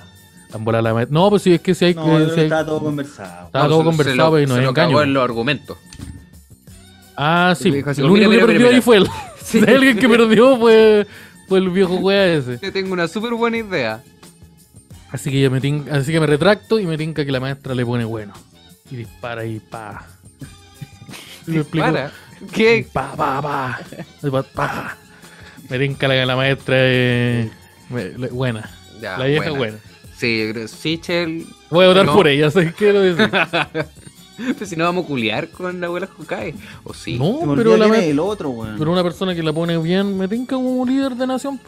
[SPEAKER 1] en volar la maestra. No, pues sí, es que si hay...
[SPEAKER 3] No, yo creo
[SPEAKER 1] si
[SPEAKER 3] que
[SPEAKER 1] hay-
[SPEAKER 3] estaba todo conversado.
[SPEAKER 1] Estaba todo
[SPEAKER 2] se lo-
[SPEAKER 1] conversado,
[SPEAKER 2] se
[SPEAKER 1] pero
[SPEAKER 2] lo-
[SPEAKER 1] no
[SPEAKER 2] se
[SPEAKER 1] es
[SPEAKER 2] lo
[SPEAKER 1] engaño.
[SPEAKER 2] cagó en los
[SPEAKER 1] <laughs>
[SPEAKER 2] argumentos.
[SPEAKER 1] Ah, sí.
[SPEAKER 2] Le dijo así,
[SPEAKER 1] el único
[SPEAKER 2] "Mira, mira,
[SPEAKER 1] que
[SPEAKER 2] mira,
[SPEAKER 1] perdió
[SPEAKER 2] mira".
[SPEAKER 1] ahí fue él.
[SPEAKER 2] Sí.
[SPEAKER 1] Si hay <laughs> alguien que perdió fue, fue el viejo wea ese.
[SPEAKER 2] Yo tengo una súper buena idea.
[SPEAKER 1] Así que, yo me tin- así que me retracto y me tinca que la maestra le pone bueno. Y dispara y pa. Y me explico.
[SPEAKER 2] Para. ¿Qué?
[SPEAKER 1] Pa, pa, pa. Y pa, pa. Me tinca la, la maestra eh, me- le- buena.
[SPEAKER 2] Ya,
[SPEAKER 1] la vieja
[SPEAKER 2] Ah, buena.
[SPEAKER 1] buena.
[SPEAKER 2] Sí, yo creo- sí, Chel. <laughs>
[SPEAKER 1] Voy a votar
[SPEAKER 2] No.
[SPEAKER 1] por ella, <laughs> ¿sabes qué? Lo decís.
[SPEAKER 2] Pero si no vamos a culiar con la abuela Hokage. O sí.
[SPEAKER 1] No,
[SPEAKER 3] Se me
[SPEAKER 1] pero,
[SPEAKER 3] olvidó
[SPEAKER 1] la
[SPEAKER 3] quién es
[SPEAKER 1] maestra-
[SPEAKER 3] el otro, weón.
[SPEAKER 1] pero una persona que la pone bien me tinca como un líder de nación.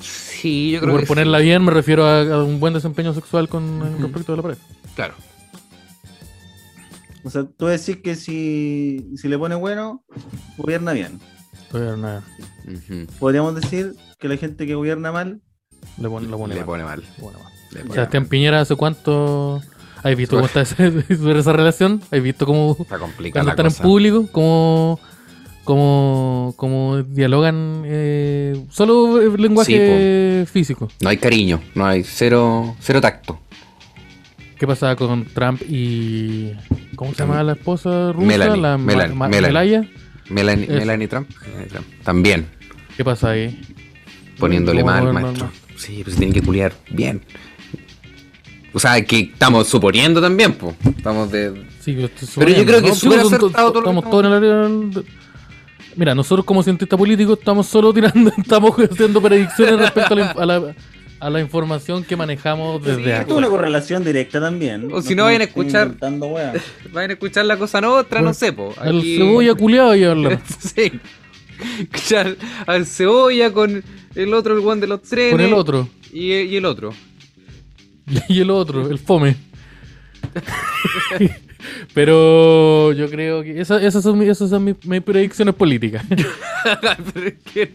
[SPEAKER 2] Sí, yo
[SPEAKER 1] Y
[SPEAKER 2] creo
[SPEAKER 1] por
[SPEAKER 2] que
[SPEAKER 1] ponerla bien me refiero a, a un buen desempeño sexual con
[SPEAKER 2] Ujú.
[SPEAKER 1] respecto de la pareja.
[SPEAKER 2] sí. Claro.
[SPEAKER 3] O sea, tú decís que si, si le pone bueno, gobierna bien.
[SPEAKER 1] Todavía nada.
[SPEAKER 2] Ujú.
[SPEAKER 3] Podríamos decir que la gente que gobierna mal,
[SPEAKER 1] Le pone, lo pone
[SPEAKER 2] Le
[SPEAKER 1] mal.
[SPEAKER 2] pone mal.
[SPEAKER 1] Le pone mal.
[SPEAKER 2] Le pone
[SPEAKER 1] Sebastián
[SPEAKER 2] mal.
[SPEAKER 1] Piñera, ¿hace cuánto? ¿Has visto cómo está ese- <laughs> sobre esa relación? ¿Has visto cómo
[SPEAKER 2] Está complicada
[SPEAKER 1] cuando
[SPEAKER 2] la
[SPEAKER 1] están
[SPEAKER 2] cosa.
[SPEAKER 1] en público? ¿Cómo, cómo, cómo dialogan? eh, solo eh, lenguaje físico.
[SPEAKER 2] No hay cariño, no hay cero, cero tacto.
[SPEAKER 1] ¿Qué pasaba con Trump y... ¿Cómo se llama la esposa rusa?
[SPEAKER 2] Melanie,
[SPEAKER 1] la ma-
[SPEAKER 2] Melanie,
[SPEAKER 1] ma-
[SPEAKER 2] Melanie.
[SPEAKER 1] Melania.
[SPEAKER 2] Melanie,
[SPEAKER 1] Eso.
[SPEAKER 2] Melanie Trump, Melanie Trump, también
[SPEAKER 1] ¿Qué pasa ahí?
[SPEAKER 2] poniéndole
[SPEAKER 1] ¿Cómo
[SPEAKER 2] mal al
[SPEAKER 1] ponerlo
[SPEAKER 2] maestro.
[SPEAKER 1] mal?
[SPEAKER 2] Sí, pues tienen que culiar bien. O sea, que estamos suponiendo también, pues. Estamos de.
[SPEAKER 1] Sí, yo estoy
[SPEAKER 2] Pero yo
[SPEAKER 1] suponiendo,
[SPEAKER 2] creo que
[SPEAKER 1] ¿no?
[SPEAKER 2] es súper
[SPEAKER 1] Sí, pues, son
[SPEAKER 2] acertado
[SPEAKER 1] to-
[SPEAKER 2] todo lo que
[SPEAKER 1] Estamos todos en el área. del- Mira, nosotros como cientistas políticos estamos solo tirando, <laughs> estamos haciendo predicciones respecto a la, a la- a la información que manejamos desde
[SPEAKER 2] Sí,
[SPEAKER 1] acá.
[SPEAKER 3] esto es una correlación directa también.
[SPEAKER 2] O si no, vayan a escuchar-
[SPEAKER 3] inventando, weón.
[SPEAKER 2] Vayan a escuchar la cosa otra,
[SPEAKER 1] Bueno,
[SPEAKER 2] no sé, po.
[SPEAKER 1] Al
[SPEAKER 2] Aquí-
[SPEAKER 1] cebolla
[SPEAKER 2] <laughs>
[SPEAKER 1] culiado y hablar.
[SPEAKER 2] sí. Escuchar al cebolla con el otro, el one de los trenes.
[SPEAKER 1] Con el otro.
[SPEAKER 2] Y, y el otro.
[SPEAKER 1] <laughs> Y el otro, el fome. <laughs> Pero yo creo que esa- esas son, mis- esas son mis, mis predicciones políticas.
[SPEAKER 2] <laughs> Pero es que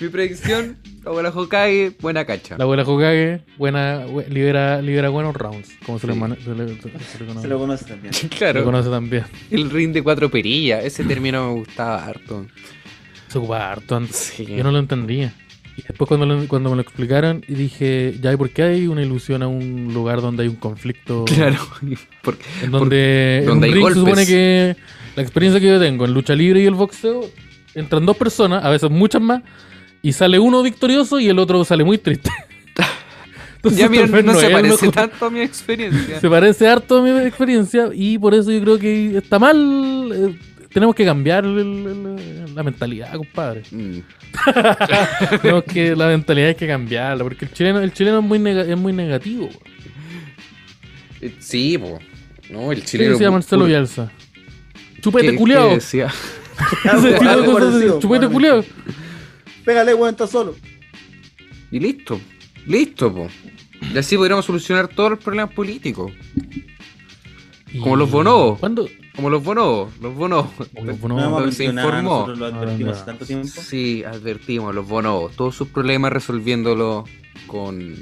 [SPEAKER 2] Mi predicción, abuela Hokage, buena cacha. <laughs>
[SPEAKER 1] La abuela Hokage, buena, bu- libera, libera buenos rounds, como se, le,
[SPEAKER 2] Sí.
[SPEAKER 1] mane- se le- se le- se le conoce.
[SPEAKER 3] Se lo conoce
[SPEAKER 1] <laughs>
[SPEAKER 3] también.
[SPEAKER 1] Se le
[SPEAKER 2] Claro,
[SPEAKER 1] conoce también.
[SPEAKER 2] el ring de cuatro perillas. Ese término me gustaba harto.
[SPEAKER 1] Se ocupaba harto antes.
[SPEAKER 2] Sí.
[SPEAKER 1] Yo no lo entendía. Y después cuando, lo- cuando me lo explicaron y dije, ya, ¿y por qué hay una ilusión a un lugar donde hay un
[SPEAKER 2] <laughs>
[SPEAKER 1] conflicto?
[SPEAKER 2] <laughs> Claro. Porque,
[SPEAKER 1] <laughs> En donde, en
[SPEAKER 2] donde
[SPEAKER 1] un
[SPEAKER 2] hay
[SPEAKER 1] ring
[SPEAKER 2] golpes.
[SPEAKER 1] se supone que la experiencia que yo tengo en lucha libre y el boxeo, entran dos personas, a veces muchas más, y sale uno victorioso y el otro sale muy
[SPEAKER 2] <laughs>
[SPEAKER 1] triste. Entonces,
[SPEAKER 2] ya miren,
[SPEAKER 1] tal vez
[SPEAKER 2] no se
[SPEAKER 1] es el
[SPEAKER 2] parece
[SPEAKER 1] mejor-
[SPEAKER 2] tanto a mi experiencia.
[SPEAKER 1] <laughs> Se parece harto a mi experiencia y por eso yo creo que está mal. eh, tenemos que cambiar el- el- la mentalidad,
[SPEAKER 2] <laughs>
[SPEAKER 1] compadre.
[SPEAKER 2] Mm,
[SPEAKER 1] No, es que la mentalidad hay que cambiarla, porque el chileno, el chileno es muy nega- es muy negativo. güey.
[SPEAKER 2] eh, Sí, po. No, el
[SPEAKER 1] ¿Qué
[SPEAKER 2] chileno.
[SPEAKER 1] decía
[SPEAKER 2] pu-
[SPEAKER 1] Marcelo
[SPEAKER 2] pu-
[SPEAKER 1] Bielsa?
[SPEAKER 2] ¿qué-
[SPEAKER 1] Chupete
[SPEAKER 2] qué
[SPEAKER 1] culiao.
[SPEAKER 2] decía?
[SPEAKER 1] <laughs> Ese tipo de
[SPEAKER 3] Algo
[SPEAKER 1] cosas,
[SPEAKER 3] parecido,
[SPEAKER 1] Chupete
[SPEAKER 3] probablemente.
[SPEAKER 1] culiao.
[SPEAKER 3] Pégale, weón, está solo.
[SPEAKER 2] Y listo. Listo, po. Y así podríamos solucionar todos los problemas políticos. Como los bonobos.
[SPEAKER 1] ¿Cuándo?
[SPEAKER 2] Como los bonobos. Los bonobos.
[SPEAKER 1] Como los
[SPEAKER 3] No,
[SPEAKER 1] bonobos.
[SPEAKER 2] no,
[SPEAKER 3] hemos
[SPEAKER 2] se
[SPEAKER 3] aprendido Pues, nada,
[SPEAKER 2] informó.
[SPEAKER 3] Nosotros
[SPEAKER 1] Ah,
[SPEAKER 3] lo advertimos hace tanto tiempo.
[SPEAKER 2] Sí, advertimos, los bonobos, todos sus problemas resolviéndolo con,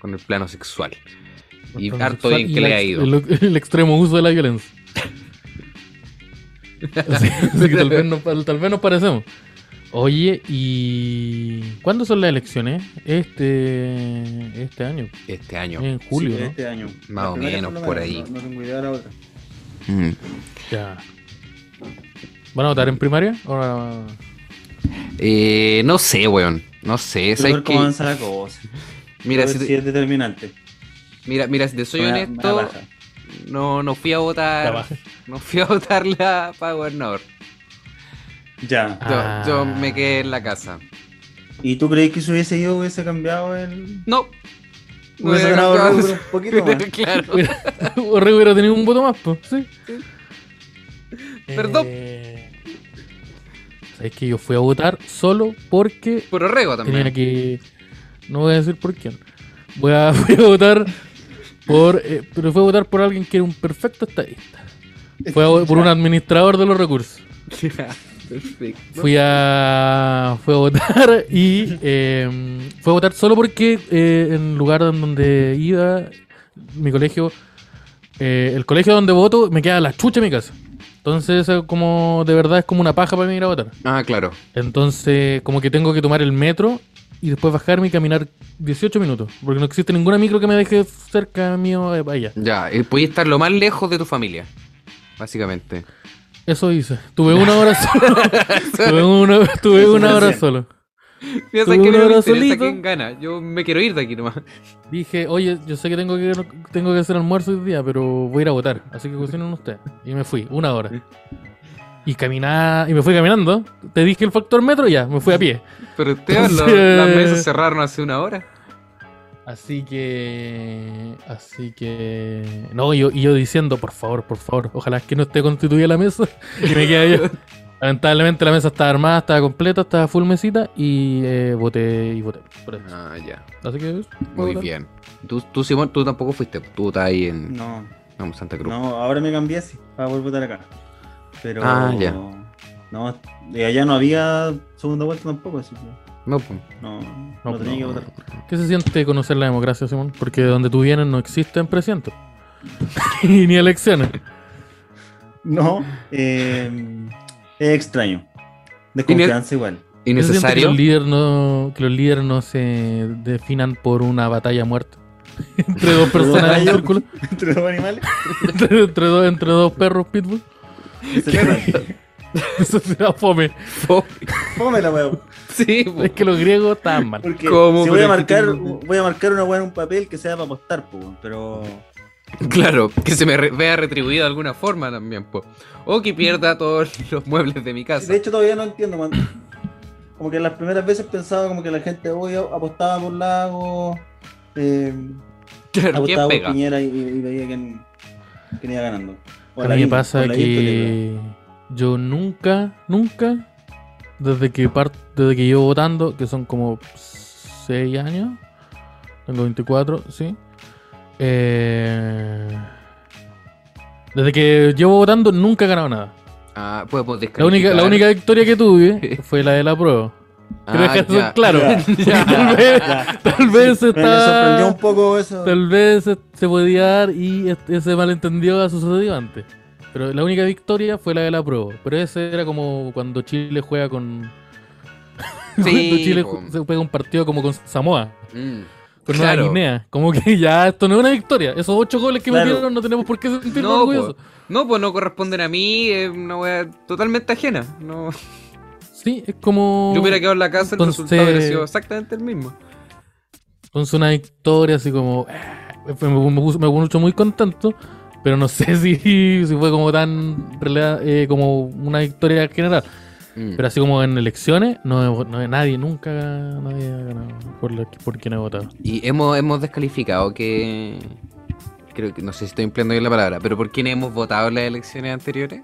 [SPEAKER 2] con el plano sexual. Y
[SPEAKER 1] Transexual
[SPEAKER 2] harto bien que
[SPEAKER 1] la
[SPEAKER 2] le ha
[SPEAKER 1] ex-
[SPEAKER 2] ido.
[SPEAKER 1] El, el extremo uso de la
[SPEAKER 3] <laughs>
[SPEAKER 1] violencia. así, así que tal vez, nos, tal vez nos parecemos. Oye, ¿y cuándo son las elecciones? Este, este año,
[SPEAKER 2] Este año.
[SPEAKER 1] en julio,
[SPEAKER 3] Sí,
[SPEAKER 1] ¿no?
[SPEAKER 3] este año.
[SPEAKER 2] Más
[SPEAKER 3] La
[SPEAKER 2] o
[SPEAKER 3] primera
[SPEAKER 2] menos,
[SPEAKER 3] la
[SPEAKER 2] por
[SPEAKER 3] primera,
[SPEAKER 2] ahí.
[SPEAKER 3] No, no tengo idea de la otra.
[SPEAKER 2] Mm.
[SPEAKER 1] Ya. ¿Van a votar en primaria? <laughs> Ahora-
[SPEAKER 2] Eh, no sé, weón. No sé.
[SPEAKER 3] Quiero
[SPEAKER 2] ¿sabes
[SPEAKER 3] ver
[SPEAKER 2] qué?
[SPEAKER 3] cómo avanza la cosa.
[SPEAKER 2] Mira, si
[SPEAKER 3] Quiero ver
[SPEAKER 2] te,
[SPEAKER 3] si es determinante.
[SPEAKER 2] mira, mira, si te soy
[SPEAKER 3] Me da- me da
[SPEAKER 2] honesto,
[SPEAKER 3] paja.
[SPEAKER 2] no, no fui a
[SPEAKER 1] la
[SPEAKER 2] votar.
[SPEAKER 1] baja.
[SPEAKER 2] No fui a votar la para gobernador.
[SPEAKER 3] Ya.
[SPEAKER 2] Yo,
[SPEAKER 1] Ah.
[SPEAKER 2] yo me quedé en la casa.
[SPEAKER 3] ¿Y tú crees que si hubiese ido hubiese cambiado el.
[SPEAKER 2] No. No
[SPEAKER 3] Hubiese
[SPEAKER 2] hubiera <laughs>
[SPEAKER 3] ganado el
[SPEAKER 2] cambiado.
[SPEAKER 3] rubro un
[SPEAKER 1] <laughs>
[SPEAKER 3] poquito más?
[SPEAKER 2] Claro.
[SPEAKER 1] Hubiera- Orrego hubiera tenido un voto más, pues. Sí.
[SPEAKER 2] Perdón.
[SPEAKER 1] Eh, ¿Sabes que yo fui a votar solo porque
[SPEAKER 2] Por Orrego también.
[SPEAKER 1] tenía que. No voy a decir por quién. Voy a, <laughs> fui a votar por. eh, pero fui a votar por alguien que era un perfecto estadista. Fui a, vo- por un administrador de los recursos.
[SPEAKER 2] <laughs> Perfecto.
[SPEAKER 1] Fui a, fui a votar y eh, fui a votar solo porque eh, en el lugar en donde iba, mi colegio, eh, el colegio donde voto me queda la chucha en mi casa. Entonces, eh, como de verdad es como una paja para mí ir a votar.
[SPEAKER 2] Ah, claro.
[SPEAKER 1] Entonces, como que tengo que tomar el metro y después bajarme y caminar 18 minutos. Porque no existe ninguna micro que me deje cerca mío eh, allá.
[SPEAKER 2] Ya, eh, podías estar lo más lejos de tu familia. Básicamente.
[SPEAKER 1] Eso hice. Tuve una hora solo.
[SPEAKER 2] <laughs>
[SPEAKER 1] tuve una, tuve
[SPEAKER 3] Eso
[SPEAKER 1] una hora
[SPEAKER 3] decía.
[SPEAKER 1] solo. Tú
[SPEAKER 2] Mira, ¿sabes qué? A mí no
[SPEAKER 1] uno
[SPEAKER 2] me interesa
[SPEAKER 1] solito.
[SPEAKER 2] quién gana. Yo me quiero ir de aquí nomás. <laughs>
[SPEAKER 1] Dije, oye, yo sé que tengo que tengo que hacer almuerzo hoy día, pero voy a ir a votar, así que cocinen ustedes. Y me fui, una hora. Y caminaba, y me fui caminando. Te dije el factor metro, ya, me fui a pie.
[SPEAKER 2] Pero ustedes, lo-
[SPEAKER 1] Entonces-
[SPEAKER 2] las mesas cerraron hace una hora.
[SPEAKER 1] Así que. Así que. No, yo, y yo diciendo, por favor, por favor, ojalá que no esté constituida la mesa. <laughs> Y me quedé yo. Lamentablemente la mesa estaba armada, estaba completa, estaba full mesita y eh, voté y voté. por eso.
[SPEAKER 2] Ah, ya.
[SPEAKER 1] Así que. eso, voy a
[SPEAKER 2] Muy
[SPEAKER 1] votar.
[SPEAKER 2] bien. Tú, tú, Simón, tú tampoco fuiste. Tú estás ahí en
[SPEAKER 3] No,
[SPEAKER 2] no, en Santa Cruz.
[SPEAKER 3] no, ahora me cambié así para poder votar acá. Pero.
[SPEAKER 2] Ah, ya.
[SPEAKER 3] No, de allá no había segunda vuelta tampoco, así que.
[SPEAKER 2] No, pues.
[SPEAKER 3] No,
[SPEAKER 1] No,
[SPEAKER 3] no, tenía
[SPEAKER 1] no.
[SPEAKER 3] que votar.
[SPEAKER 1] ¿Qué se siente conocer la democracia, Simón? Porque donde tú vienes no existen presidentes. <laughs> y ni elecciones.
[SPEAKER 3] No, eh, es extraño. Desconfianza <laughs> igual.
[SPEAKER 1] ¿Qué se siente Que
[SPEAKER 2] Innecesario.
[SPEAKER 1] los, líderes no, que los líderes no se definan por una batalla muerta. <laughs> entre dos personas en un
[SPEAKER 3] Batalla.
[SPEAKER 1] círculo. <laughs>
[SPEAKER 3] Entre los animales.
[SPEAKER 1] entre, entre dos, entre dos perros pitbull.
[SPEAKER 3] se trata.
[SPEAKER 1] <laughs> Eso será fome.
[SPEAKER 2] <laughs>
[SPEAKER 3] Fome la weón.
[SPEAKER 2] sí, po.
[SPEAKER 1] Es que los griegos estaban mal.
[SPEAKER 3] Porque
[SPEAKER 2] ¿Cómo?
[SPEAKER 3] si
[SPEAKER 2] Pero
[SPEAKER 3] voy
[SPEAKER 2] es que
[SPEAKER 3] a marcar,
[SPEAKER 2] tengo-
[SPEAKER 3] voy a marcar una weá en un papel que sea para apostar, po, weón, pero.
[SPEAKER 2] Claro, que se me re- vea retribuido de alguna forma también, po. O que pierda todos <laughs> los muebles de mi casa.
[SPEAKER 3] De hecho todavía no entiendo, man. Como que las primeras veces pensaba como que la gente hoy apostaba por Lago, eh,
[SPEAKER 2] Claro, ¿quién
[SPEAKER 3] apostaba por
[SPEAKER 2] pega?
[SPEAKER 3] Piñera y, y veía quién, quién iba ganando. O
[SPEAKER 1] A mí me
[SPEAKER 3] Lavín, o
[SPEAKER 1] pasa
[SPEAKER 3] Lavín, creo.
[SPEAKER 1] que yo nunca, nunca, desde que parto, desde que llevo votando, que son como 6 años, tengo 24, sí. Eh, desde que llevo votando nunca he ganado nada.
[SPEAKER 2] Ah, podemos
[SPEAKER 1] La única, la
[SPEAKER 2] descalificar.
[SPEAKER 1] única victoria que tuve fue la de la prueba. Quiero
[SPEAKER 2] Ah,
[SPEAKER 1] dejar eso
[SPEAKER 2] ya.
[SPEAKER 1] claro. <laughs> Tal vez,
[SPEAKER 3] Ya.
[SPEAKER 1] tal vez
[SPEAKER 3] Me, me sorprendió un
[SPEAKER 1] está,
[SPEAKER 3] poco eso.
[SPEAKER 1] tal vez se- se podía dar y este- ese malentendido ha sucedido antes. Pero la única victoria fue la de la prueba. Pero ese era como cuando Chile juega con. <laughs> cuando Chile
[SPEAKER 2] po.
[SPEAKER 1] ju- se juega un partido como con Samoa,
[SPEAKER 2] Mm.
[SPEAKER 1] con
[SPEAKER 2] Claro.
[SPEAKER 1] Nueva Guinea. Como que <laughs> ya esto no es una victoria. Esos ocho goles que
[SPEAKER 3] Claro.
[SPEAKER 1] metieron no tenemos por qué sentirnos
[SPEAKER 2] No,
[SPEAKER 1] orgullosos.
[SPEAKER 2] po. no, pues no corresponden a mí, es una wea totalmente ajena. No.
[SPEAKER 1] Sí, es como.
[SPEAKER 2] Yo hubiera quedado en la casa, el
[SPEAKER 1] Entonces-
[SPEAKER 2] resultado hubiera sido exactamente el mismo.
[SPEAKER 1] Entonces una victoria así como... eh, fue- me, me puso, me puso muy contento, pero no sé <laughs> si, si fue como tan... rela- eh, como una victoria general.
[SPEAKER 2] Mm.
[SPEAKER 1] Pero así como en elecciones, no, he- no he- nadie, nunca nadie ha ganado por, la- por quien he votado.
[SPEAKER 2] Y hemos, hemos descalificado que. Creo que no sé si estoy empleando bien la palabra, pero ¿por quién hemos votado en las elecciones anteriores?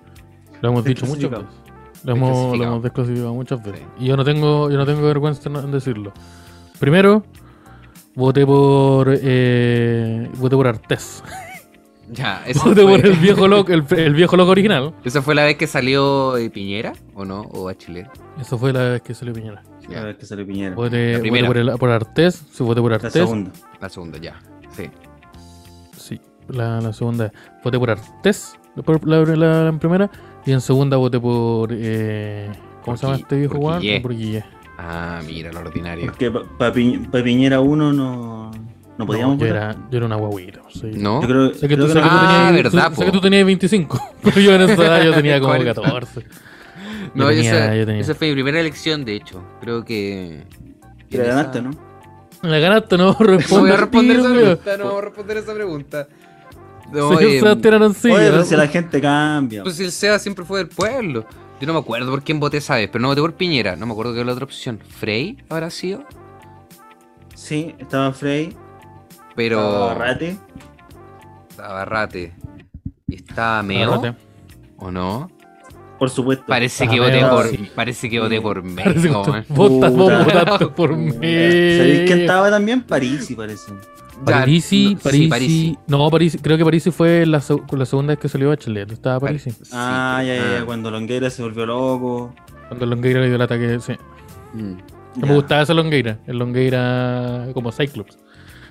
[SPEAKER 1] Lo hemos dicho muchas
[SPEAKER 3] Desclasificado.
[SPEAKER 1] veces. Lo hemos, lo
[SPEAKER 2] Desclasificado.
[SPEAKER 1] hemos desclasificado muchas veces. Y yo no tengo, yo no tengo vergüenza en- en decirlo. Primero, voté por... eh, voté por Artés. <laughs>
[SPEAKER 2] Ya, eso
[SPEAKER 1] Voté por el
[SPEAKER 2] fue,
[SPEAKER 1] viejo loco, el- el viejo loco original.
[SPEAKER 2] esa fue la vez que salió eh, Piñera, ¿o no? ¿O a Chile?
[SPEAKER 1] Eso fue la vez que salió Piñera.
[SPEAKER 3] A
[SPEAKER 2] Ya,
[SPEAKER 3] ver que salió Piñera.
[SPEAKER 1] Voté,
[SPEAKER 2] La
[SPEAKER 1] voté
[SPEAKER 2] primera.
[SPEAKER 1] por, el, por Artés, sí, voté por
[SPEAKER 3] La
[SPEAKER 1] Artés.
[SPEAKER 3] segunda.
[SPEAKER 2] la segunda, ya. Sí.
[SPEAKER 1] Sí, la, la segunda. Voté por Artés, por la, la- la primera. Y en segunda voté por. eh, ¿Cómo
[SPEAKER 2] Por
[SPEAKER 1] se llama
[SPEAKER 2] Qui-
[SPEAKER 1] este viejo
[SPEAKER 2] por
[SPEAKER 1] Juan?
[SPEAKER 2] Guille.
[SPEAKER 1] Por Guille.
[SPEAKER 2] Ah, mira, lo ordinario.
[SPEAKER 3] Porque para Piñera 1 no, no podíamos
[SPEAKER 1] No, yo,
[SPEAKER 3] votar.
[SPEAKER 1] era, yo era una guaguita. pues, sí.
[SPEAKER 2] ¿No?
[SPEAKER 3] Yo creo,
[SPEAKER 1] Sé que tú,
[SPEAKER 3] creo que
[SPEAKER 1] sé que tú
[SPEAKER 3] no-
[SPEAKER 2] Ah,
[SPEAKER 1] tenías,
[SPEAKER 2] verdad,
[SPEAKER 1] tú-
[SPEAKER 2] po.
[SPEAKER 1] sé que tú tenías 25. <laughs> Pero yo en esa edad yo tenía
[SPEAKER 2] <laughs>
[SPEAKER 1] como
[SPEAKER 2] 40.
[SPEAKER 1] 14.
[SPEAKER 2] No,
[SPEAKER 1] yo tenía-
[SPEAKER 2] esa,
[SPEAKER 1] yo tenía.
[SPEAKER 2] esa fue mi primera elección, de hecho. Creo que.
[SPEAKER 3] que la ganaste, ¿no?
[SPEAKER 1] La ganaste, no responde.
[SPEAKER 2] <laughs> No voy a
[SPEAKER 1] al
[SPEAKER 2] responder
[SPEAKER 1] tiro,
[SPEAKER 2] esa
[SPEAKER 1] weón.
[SPEAKER 2] pregunta, no voy a responder esa pregunta. No,
[SPEAKER 1] Señor
[SPEAKER 2] eh,
[SPEAKER 1] Sebastián Arancilla,
[SPEAKER 3] Oye, pero
[SPEAKER 1] ¿no?
[SPEAKER 3] si la gente cambia.
[SPEAKER 2] pues el SEA siempre fue del pueblo. Yo no me acuerdo por quién voté esa vez, pero no voté por Piñera. No me acuerdo qué era la otra opción. ¿Frey habrá sido?
[SPEAKER 3] Sí, estaba Frey,
[SPEAKER 2] Pero.
[SPEAKER 3] estaba Rate.
[SPEAKER 2] Estaba Rate. Y estaba Meo.
[SPEAKER 1] Agárrate.
[SPEAKER 2] ¿O no?
[SPEAKER 3] Por supuesto.
[SPEAKER 2] Parece
[SPEAKER 1] Estaba
[SPEAKER 2] que voté
[SPEAKER 1] Meo,
[SPEAKER 2] por.
[SPEAKER 1] sí.
[SPEAKER 2] Parece que voté por
[SPEAKER 1] Parece que
[SPEAKER 2] Meo.
[SPEAKER 1] tú
[SPEAKER 2] eh.
[SPEAKER 1] votas- vos
[SPEAKER 3] Puta.
[SPEAKER 1] votaste por mí.
[SPEAKER 3] ¿Sabéis quién estaba también? París, parece.
[SPEAKER 2] Ya,
[SPEAKER 1] Parisi,
[SPEAKER 2] no- sí,
[SPEAKER 1] Parisi.
[SPEAKER 2] Parisi.
[SPEAKER 1] No, Parisi, creo que Parisi fue la, seg- la segunda vez que salió Bachelet. Estaba Parisi.
[SPEAKER 2] Sí,
[SPEAKER 3] ah, ya, ya, ya.
[SPEAKER 2] ah,
[SPEAKER 3] Cuando Longueira se volvió loco.
[SPEAKER 1] Cuando Longueira le dio el ataque, sí.
[SPEAKER 2] mm.
[SPEAKER 1] No
[SPEAKER 3] Ya.
[SPEAKER 1] me gustaba ese Longueira. El Longueira como Cyclops.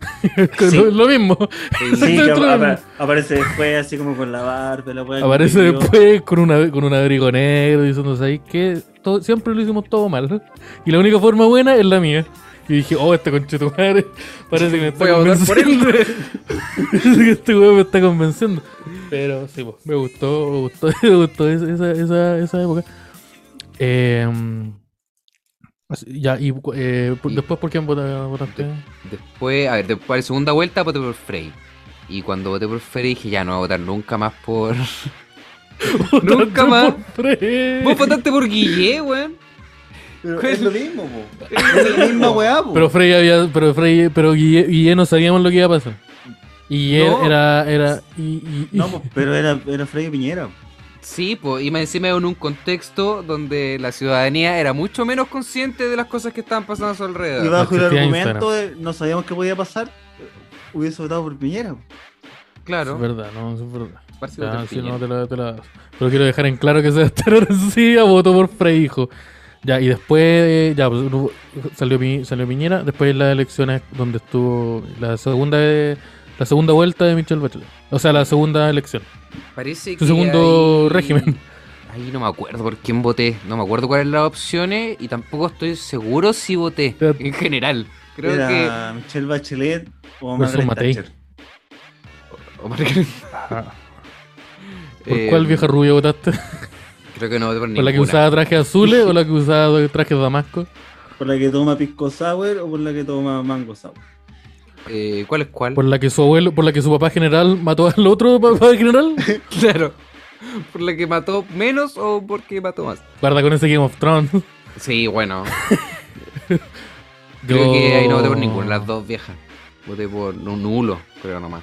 [SPEAKER 1] <laughs>
[SPEAKER 3] Sí.
[SPEAKER 1] lo, lo mismo.
[SPEAKER 3] Sí, que
[SPEAKER 1] Está otro
[SPEAKER 3] apa-
[SPEAKER 1] hombre.
[SPEAKER 3] apa- aparece después así como con la barba, la wea,
[SPEAKER 1] Aparece
[SPEAKER 3] con el brillo.
[SPEAKER 1] después con, una, con un abrigo negro diciéndose ahí que todo- siempre lo hicimos todo mal. Y la única forma buena es la mía. Y dije, oh, este conchito madre parece que me está
[SPEAKER 2] Voy a votar por él.
[SPEAKER 1] convenciendo. <laughs> Parece que este weón me está convenciendo. Pero sí, pues, me gustó, me gustó, <laughs> me gustó esa, esa- esa, esa época. Em, así- ya, y eh, por-
[SPEAKER 2] Y-
[SPEAKER 1] después, ¿por quién vota- votaste?
[SPEAKER 2] Después, a ver, después de la segunda vuelta voté por Frey. Y cuando voté por Frey dije, ya no voy a votar nunca más por.
[SPEAKER 1] <laughs> Votaste
[SPEAKER 2] nunca más.
[SPEAKER 1] por Fred.
[SPEAKER 2] Vos votaste por Guille, weón.
[SPEAKER 3] Pero es <laughs> lo mismo, po. Es la misma weá, po.
[SPEAKER 1] Pero Frey había, pero Frey, pero Guille, Guille no sabíamos lo que iba a pasar. Guille
[SPEAKER 2] No.
[SPEAKER 1] era, era, y, y- y-
[SPEAKER 3] No, pues, po, pero era, era Frey Piñera. po.
[SPEAKER 2] Sí, pues, y más encima en un contexto donde la ciudadanía era mucho menos consciente de las cosas que estaban pasando a su
[SPEAKER 3] Y
[SPEAKER 2] alrededor.
[SPEAKER 3] bajo el
[SPEAKER 1] existía
[SPEAKER 3] argumento de no sabíamos qué podía pasar, eh, hubiese votado por Piñera. po.
[SPEAKER 1] es
[SPEAKER 2] Claro,
[SPEAKER 1] verdad, no, es verdad.
[SPEAKER 2] parece que voté
[SPEAKER 1] Ah,
[SPEAKER 2] por
[SPEAKER 1] sí,
[SPEAKER 2] Piñera.
[SPEAKER 1] no, te la- te la- Pero quiero dejar en claro que <laughs> Sebastián Arancilla votó por Frey, hijo. Ya, y después, eh, ya, pues, hubo- salió, Pi- salió Piñera, después las elecciones donde estuvo la segunda la segunda vuelta de Michelle Bachelet. O sea, la segunda elección,
[SPEAKER 2] Parece
[SPEAKER 1] su
[SPEAKER 2] que
[SPEAKER 1] segundo
[SPEAKER 2] ahí-
[SPEAKER 1] régimen.
[SPEAKER 2] Ahí no me acuerdo por quién voté, no me acuerdo cuáles eran las opciones y tampoco estoy seguro si voté
[SPEAKER 1] Pero-
[SPEAKER 2] en general. Creo que.
[SPEAKER 3] Era Michelle Bachelet o
[SPEAKER 1] Versus
[SPEAKER 3] Margaret
[SPEAKER 1] Matei.
[SPEAKER 3] Thatcher.
[SPEAKER 2] Omar- ¿Por
[SPEAKER 1] ¿Por cuál vieja rubia votaste? <laughs>
[SPEAKER 2] Creo que no voté por
[SPEAKER 1] ¿Por la que
[SPEAKER 2] Eh, ninguna.
[SPEAKER 1] usaba trajes azules o la que usaba trajes damasco?
[SPEAKER 3] ¿Por la que toma pisco sour o por la que toma mango sour?
[SPEAKER 2] Eh, ¿Cuál es cuál?
[SPEAKER 1] Por la que su abuelo, por la que su papá general mató al otro <laughs> papá general.
[SPEAKER 2] <laughs> Claro. ¿Por la que mató menos o porque mató más?
[SPEAKER 1] Guarda con ese Game of Thrones.
[SPEAKER 2] Sí, bueno. Creo que ahí no voté por ninguna, las dos viejas. Voté por un nulo, creo nomás.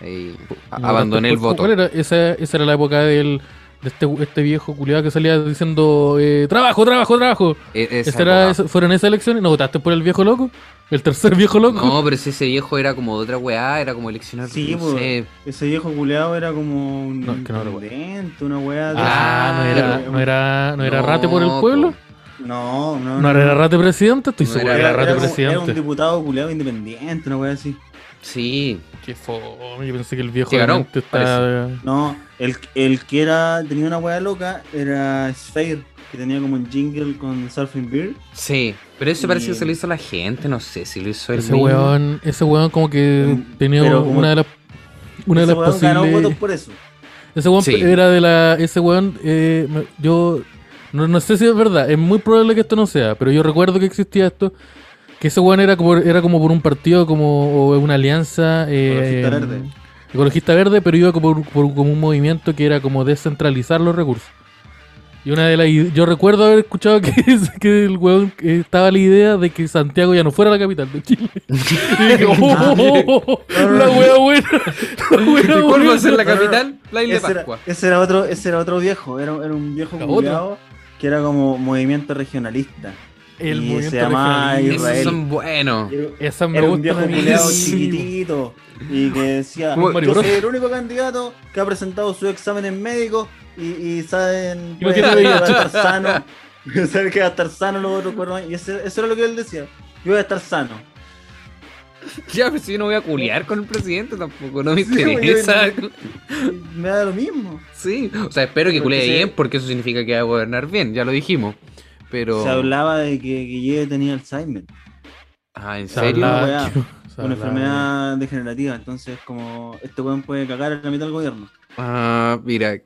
[SPEAKER 2] Ahí a-
[SPEAKER 1] No,
[SPEAKER 2] abandoné el
[SPEAKER 1] ¿cuál-
[SPEAKER 2] voto.
[SPEAKER 1] cuál era? Esa, esa era la época del, de este, este viejo culiado que salía diciendo eh, trabajo, trabajo, trabajo.
[SPEAKER 2] E- esa
[SPEAKER 1] Esa Este era,
[SPEAKER 2] época.
[SPEAKER 1] esa- ¿Fueron esas elecciones? ¿No votaste por el viejo loco? ¿El tercer <laughs> viejo loco?
[SPEAKER 2] No, pero si ese viejo era como de otra weá, era como eleccionar.
[SPEAKER 3] Sí,
[SPEAKER 2] no
[SPEAKER 3] pues.
[SPEAKER 2] sé.
[SPEAKER 3] Ese viejo culeado era como un
[SPEAKER 1] No, es que no recuerdo.
[SPEAKER 3] intendente, una weá. de-
[SPEAKER 1] Ah, no era, no era, no era rate por el
[SPEAKER 2] No,
[SPEAKER 1] pueblo.
[SPEAKER 2] po.
[SPEAKER 3] No, no,
[SPEAKER 1] No era rate presidente, estoy
[SPEAKER 2] No
[SPEAKER 1] seguro.
[SPEAKER 2] era
[SPEAKER 1] que Era,
[SPEAKER 2] Rate
[SPEAKER 1] rate
[SPEAKER 3] como- era un
[SPEAKER 1] presidente.
[SPEAKER 3] diputado culeado independiente, una weá así.
[SPEAKER 2] Sí,
[SPEAKER 1] Qué fome, yo pensé que el viejo
[SPEAKER 2] Que ganó,
[SPEAKER 1] realmente está.
[SPEAKER 3] No, el, el que era tenía una weá loca era Sphere, que tenía como un jingle con Surfing Beer.
[SPEAKER 2] sí. Pero eso parece que
[SPEAKER 3] Y-
[SPEAKER 2] se lo hizo la gente, no sé si lo hizo el
[SPEAKER 1] Ese
[SPEAKER 2] mismo.
[SPEAKER 1] weón, ese weón como que
[SPEAKER 3] Pero-
[SPEAKER 1] tenía
[SPEAKER 3] pero como-
[SPEAKER 1] una de las una de
[SPEAKER 3] Ese
[SPEAKER 1] las
[SPEAKER 3] weón ganó votos
[SPEAKER 1] posibles.
[SPEAKER 3] por eso.
[SPEAKER 1] Ese weón
[SPEAKER 2] Sí.
[SPEAKER 1] era de la. Ese weón, eh, me- yo no, no sé si es verdad, es muy probable que esto no sea, pero yo recuerdo que existía esto. Que ese weón era como, era como por un partido como o una alianza eh,
[SPEAKER 3] Ecologista
[SPEAKER 1] em,
[SPEAKER 3] Verde.
[SPEAKER 1] ecologista verde, pero iba como por, por- como un movimiento que era como descentralizar los recursos. Y una de las ide- yo recuerdo haber escuchado que, <laughs> que el weón eh, estaba la idea de que Santiago ya no fuera la capital de
[SPEAKER 3] <laughs>
[SPEAKER 1] Chile. Y dije, oh, oh, oh,
[SPEAKER 3] Ah,
[SPEAKER 1] oh, la wea buena. La wea
[SPEAKER 2] ¿Y <laughs> cuál va a
[SPEAKER 1] buena.
[SPEAKER 2] ser la
[SPEAKER 3] No, no, no.
[SPEAKER 2] capital? La isla de
[SPEAKER 3] Ese era,
[SPEAKER 2] Pascua.
[SPEAKER 3] ese era otro, ese era otro viejo, era, era un viejo
[SPEAKER 1] Era
[SPEAKER 3] culeado que era como movimiento regionalista.
[SPEAKER 1] El
[SPEAKER 3] Y se
[SPEAKER 1] movimiento
[SPEAKER 3] llamaba
[SPEAKER 1] regionalista.
[SPEAKER 3] Israel.
[SPEAKER 2] Esos son
[SPEAKER 1] Ah.
[SPEAKER 3] <laughs>
[SPEAKER 2] buenos.
[SPEAKER 3] Era-
[SPEAKER 1] Esa me
[SPEAKER 3] Era un
[SPEAKER 1] gusta
[SPEAKER 3] viejo
[SPEAKER 1] a mí.
[SPEAKER 3] culeado
[SPEAKER 1] Sí.
[SPEAKER 3] chiquitito y que decía,
[SPEAKER 2] Como
[SPEAKER 1] Mario
[SPEAKER 3] yo
[SPEAKER 1] Bros.
[SPEAKER 3] soy el único candidato que ha presentado sus exámenes médicos y, y saben
[SPEAKER 1] Y no
[SPEAKER 3] bueno,
[SPEAKER 1] tiene
[SPEAKER 3] que va a
[SPEAKER 1] <laughs>
[SPEAKER 3] estar sano, <laughs> saben que va a estar sano los otros cuernos. Y ese- eso era lo que él decía, yo voy a estar sano.
[SPEAKER 2] Ya, pero si yo no voy a culiar con el presidente tampoco, no me
[SPEAKER 3] Sí, güey,
[SPEAKER 2] interesa. <laughs>
[SPEAKER 3] Me da lo mismo.
[SPEAKER 2] Sí, o sea, espero que
[SPEAKER 3] Porque
[SPEAKER 2] culee
[SPEAKER 3] se-
[SPEAKER 2] bien porque eso significa que va a gobernar bien, ya lo dijimos. Pero.
[SPEAKER 3] Se hablaba de que Guille tenía Alzheimer,
[SPEAKER 2] Ah, ¿en
[SPEAKER 1] Se
[SPEAKER 2] serio?
[SPEAKER 1] hablaba
[SPEAKER 3] Una weá,
[SPEAKER 1] que- se
[SPEAKER 3] una
[SPEAKER 1] hablaba-
[SPEAKER 3] enfermedad degenerativa. Entonces, como este weón puede cagar a la mitad del gobierno.
[SPEAKER 2] Ah, mira.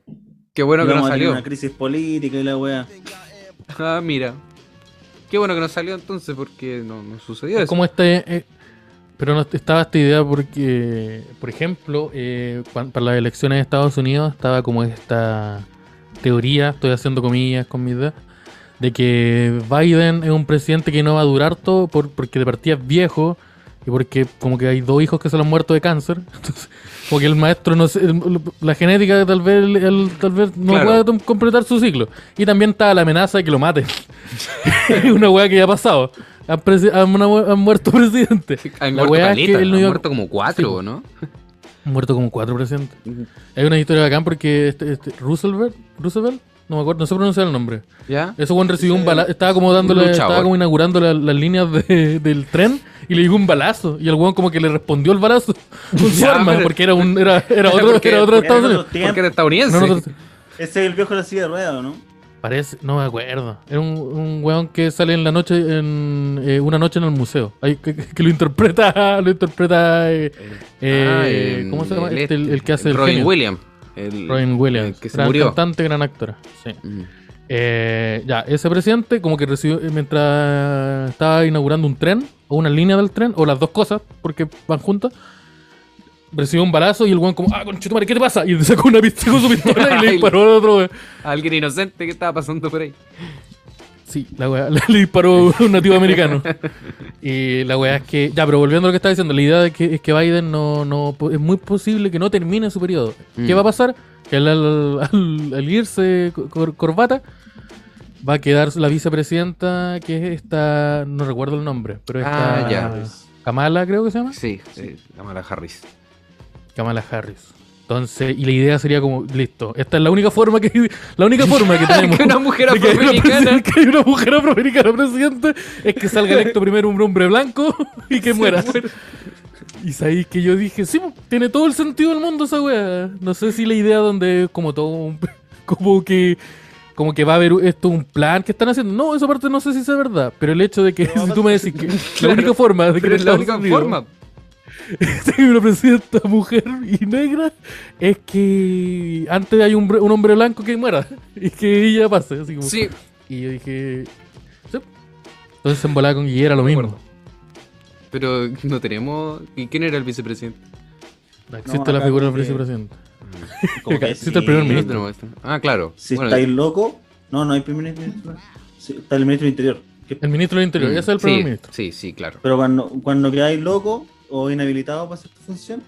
[SPEAKER 2] Qué bueno
[SPEAKER 3] Y
[SPEAKER 2] que no
[SPEAKER 3] vamos a tener
[SPEAKER 2] salió.
[SPEAKER 3] una crisis política y la weá.
[SPEAKER 2] <laughs> Ah, mira. Qué bueno que no salió entonces porque no, no sucedió
[SPEAKER 1] Es
[SPEAKER 2] eso.
[SPEAKER 1] como este. eh, pero no estaba esta idea porque, por ejemplo, eh, cuan- para las elecciones de Estados Unidos estaba como esta teoría, estoy haciendo comillas con mi idea, de que Biden es un presidente que no va a durar todo por, porque de partida es viejo y porque como que hay dos hijos que se lo han muerto de cáncer. <laughs> Entonces, como que el maestro, no sé, el- la genética tal vez, el- tal vez no
[SPEAKER 2] Claro.
[SPEAKER 1] pueda tom- completar su ciclo. Y también está la amenaza de que lo maten. <laughs> una weá que ya ha pasado. Han, presi- han mu- han muerto <laughs> presidentes.
[SPEAKER 2] <laughs> Han
[SPEAKER 1] La
[SPEAKER 2] muerto
[SPEAKER 1] weá es que
[SPEAKER 2] caleta,
[SPEAKER 1] el
[SPEAKER 2] han
[SPEAKER 1] New York-
[SPEAKER 2] muerto como cuatro, ¿no?
[SPEAKER 1] Han muerto como cuatro presidentes. Hay una historia bacán porque este, este, Roosevelt, Roosevelt, no me acuerdo, no sé pronunciar el nombre.
[SPEAKER 2] ¿Ya?
[SPEAKER 1] Ese Juan recibió un
[SPEAKER 3] Ese-
[SPEAKER 1] balazo. Estaba como dándole,
[SPEAKER 2] luchador.
[SPEAKER 1] estaba como inaugurando la- las líneas de- del tren y le llegó un balazo. Y el Juan como que le respondió el balazo con su
[SPEAKER 2] <laughs> Ya,
[SPEAKER 1] arma,
[SPEAKER 2] pero-
[SPEAKER 1] porque era un, era, era otro,
[SPEAKER 2] <laughs> Porque-
[SPEAKER 1] era otro de Estados
[SPEAKER 3] Porque era
[SPEAKER 1] Unidos.
[SPEAKER 3] otros
[SPEAKER 2] Porque
[SPEAKER 3] tiempos.
[SPEAKER 2] era estadounidense.
[SPEAKER 1] No, no, no.
[SPEAKER 3] Ese es el viejo de la silla de ruedas, ¿o ¿no?
[SPEAKER 1] Parece, no me acuerdo. Era un, un weón que sale en la noche, en eh, una noche en el museo. Ay, que, que- que lo interpreta, <laughs> lo interpreta. eh,
[SPEAKER 2] Ah,
[SPEAKER 1] eh,
[SPEAKER 2] el-
[SPEAKER 1] ¿Cómo se llama?
[SPEAKER 2] El,
[SPEAKER 1] Este, el, el que hace el
[SPEAKER 2] Robin
[SPEAKER 1] genio.
[SPEAKER 2] Williams. El,
[SPEAKER 1] Robin Williams.
[SPEAKER 2] el que se
[SPEAKER 1] gran
[SPEAKER 2] murió.
[SPEAKER 1] cantante, gran actor. Sí.
[SPEAKER 2] Mm.
[SPEAKER 1] Eh, ya, ese presidente como que recibió, eh, mientras estaba inaugurando un tren, o una línea del tren, o las dos cosas, porque van juntas, recibió un balazo y el weón como, ah, conchetumare, ¿qué te pasa? Y sacó una pistola con su pistola y le
[SPEAKER 2] <laughs> Ay.
[SPEAKER 1] disparó al otro weón.
[SPEAKER 2] Alguien inocente que estaba pasando por ahí.
[SPEAKER 1] Sí, la weá, <laughs> le, le disparó un nativo americano. Y la weá es que, ya, pero volviendo a lo que estaba diciendo, la idea de que, es que Biden no, no, po- es muy posible que no termine su periodo.
[SPEAKER 2] Mm.
[SPEAKER 1] ¿Qué va a pasar? Que al, al- al- al irse co- cor- corbata, va a quedar la vicepresidenta, que es esta, no recuerdo el nombre, pero esta
[SPEAKER 2] Ah, ya.
[SPEAKER 1] Kamala creo que se llama.
[SPEAKER 2] Sí, eh, Kamala Harris.
[SPEAKER 1] Kamala Harris. Entonces, y la idea sería como, listo, esta es la única forma que, la
[SPEAKER 2] <laughs>
[SPEAKER 1] única forma que tenemos
[SPEAKER 2] que una mujer
[SPEAKER 1] de que hay una
[SPEAKER 2] afroamericana.
[SPEAKER 1] presi- que hay una mujer afroamericana presidente es que salga
[SPEAKER 2] <laughs>
[SPEAKER 1] electo primero un hombre blanco y que muera. Y sabéis que yo dije, sí, po, tiene todo el sentido del mundo esa wea. No sé si la idea donde como todo un- <laughs> como que como que va a haber esto un plan que están haciendo. No, esa parte no sé si es verdad, pero el hecho de que <laughs> si tú me decís
[SPEAKER 2] <laughs>
[SPEAKER 1] que
[SPEAKER 2] Claro,
[SPEAKER 1] la única forma de que
[SPEAKER 2] Pero
[SPEAKER 1] en
[SPEAKER 2] es la
[SPEAKER 1] Estados
[SPEAKER 2] única
[SPEAKER 1] Unidos
[SPEAKER 2] forma.
[SPEAKER 1] <laughs> tenga una presidenta mujer y negra es que antes hay un, br- un hombre blanco que muera <laughs> y que ella pase, así como
[SPEAKER 2] Sí,
[SPEAKER 1] y yo dije. "Sí". Entonces en volada con Guille era lo mismo.
[SPEAKER 2] acuerdo. pero no tenemos. ¿Y quién era el vicepresidente?
[SPEAKER 1] No existe
[SPEAKER 3] No,
[SPEAKER 1] la
[SPEAKER 3] acá
[SPEAKER 1] figura del
[SPEAKER 3] como que-
[SPEAKER 1] vicepresidente.
[SPEAKER 3] Como
[SPEAKER 1] Acá existe el primer
[SPEAKER 2] No
[SPEAKER 1] ministro.
[SPEAKER 2] tenemos esto. Ah, claro.
[SPEAKER 3] Si
[SPEAKER 2] Bueno,
[SPEAKER 3] estáis loco, no, no hay primer ministro. Sí, está el ministro del interior. Que-
[SPEAKER 1] El ministro del Interior,
[SPEAKER 2] mm,
[SPEAKER 1] ese es el
[SPEAKER 2] sí,
[SPEAKER 1] primer ministro. <laughs>
[SPEAKER 2] Sí, sí, claro.
[SPEAKER 3] Pero cuando, cuando quedáis loco o inhabilitado para hacer tu función,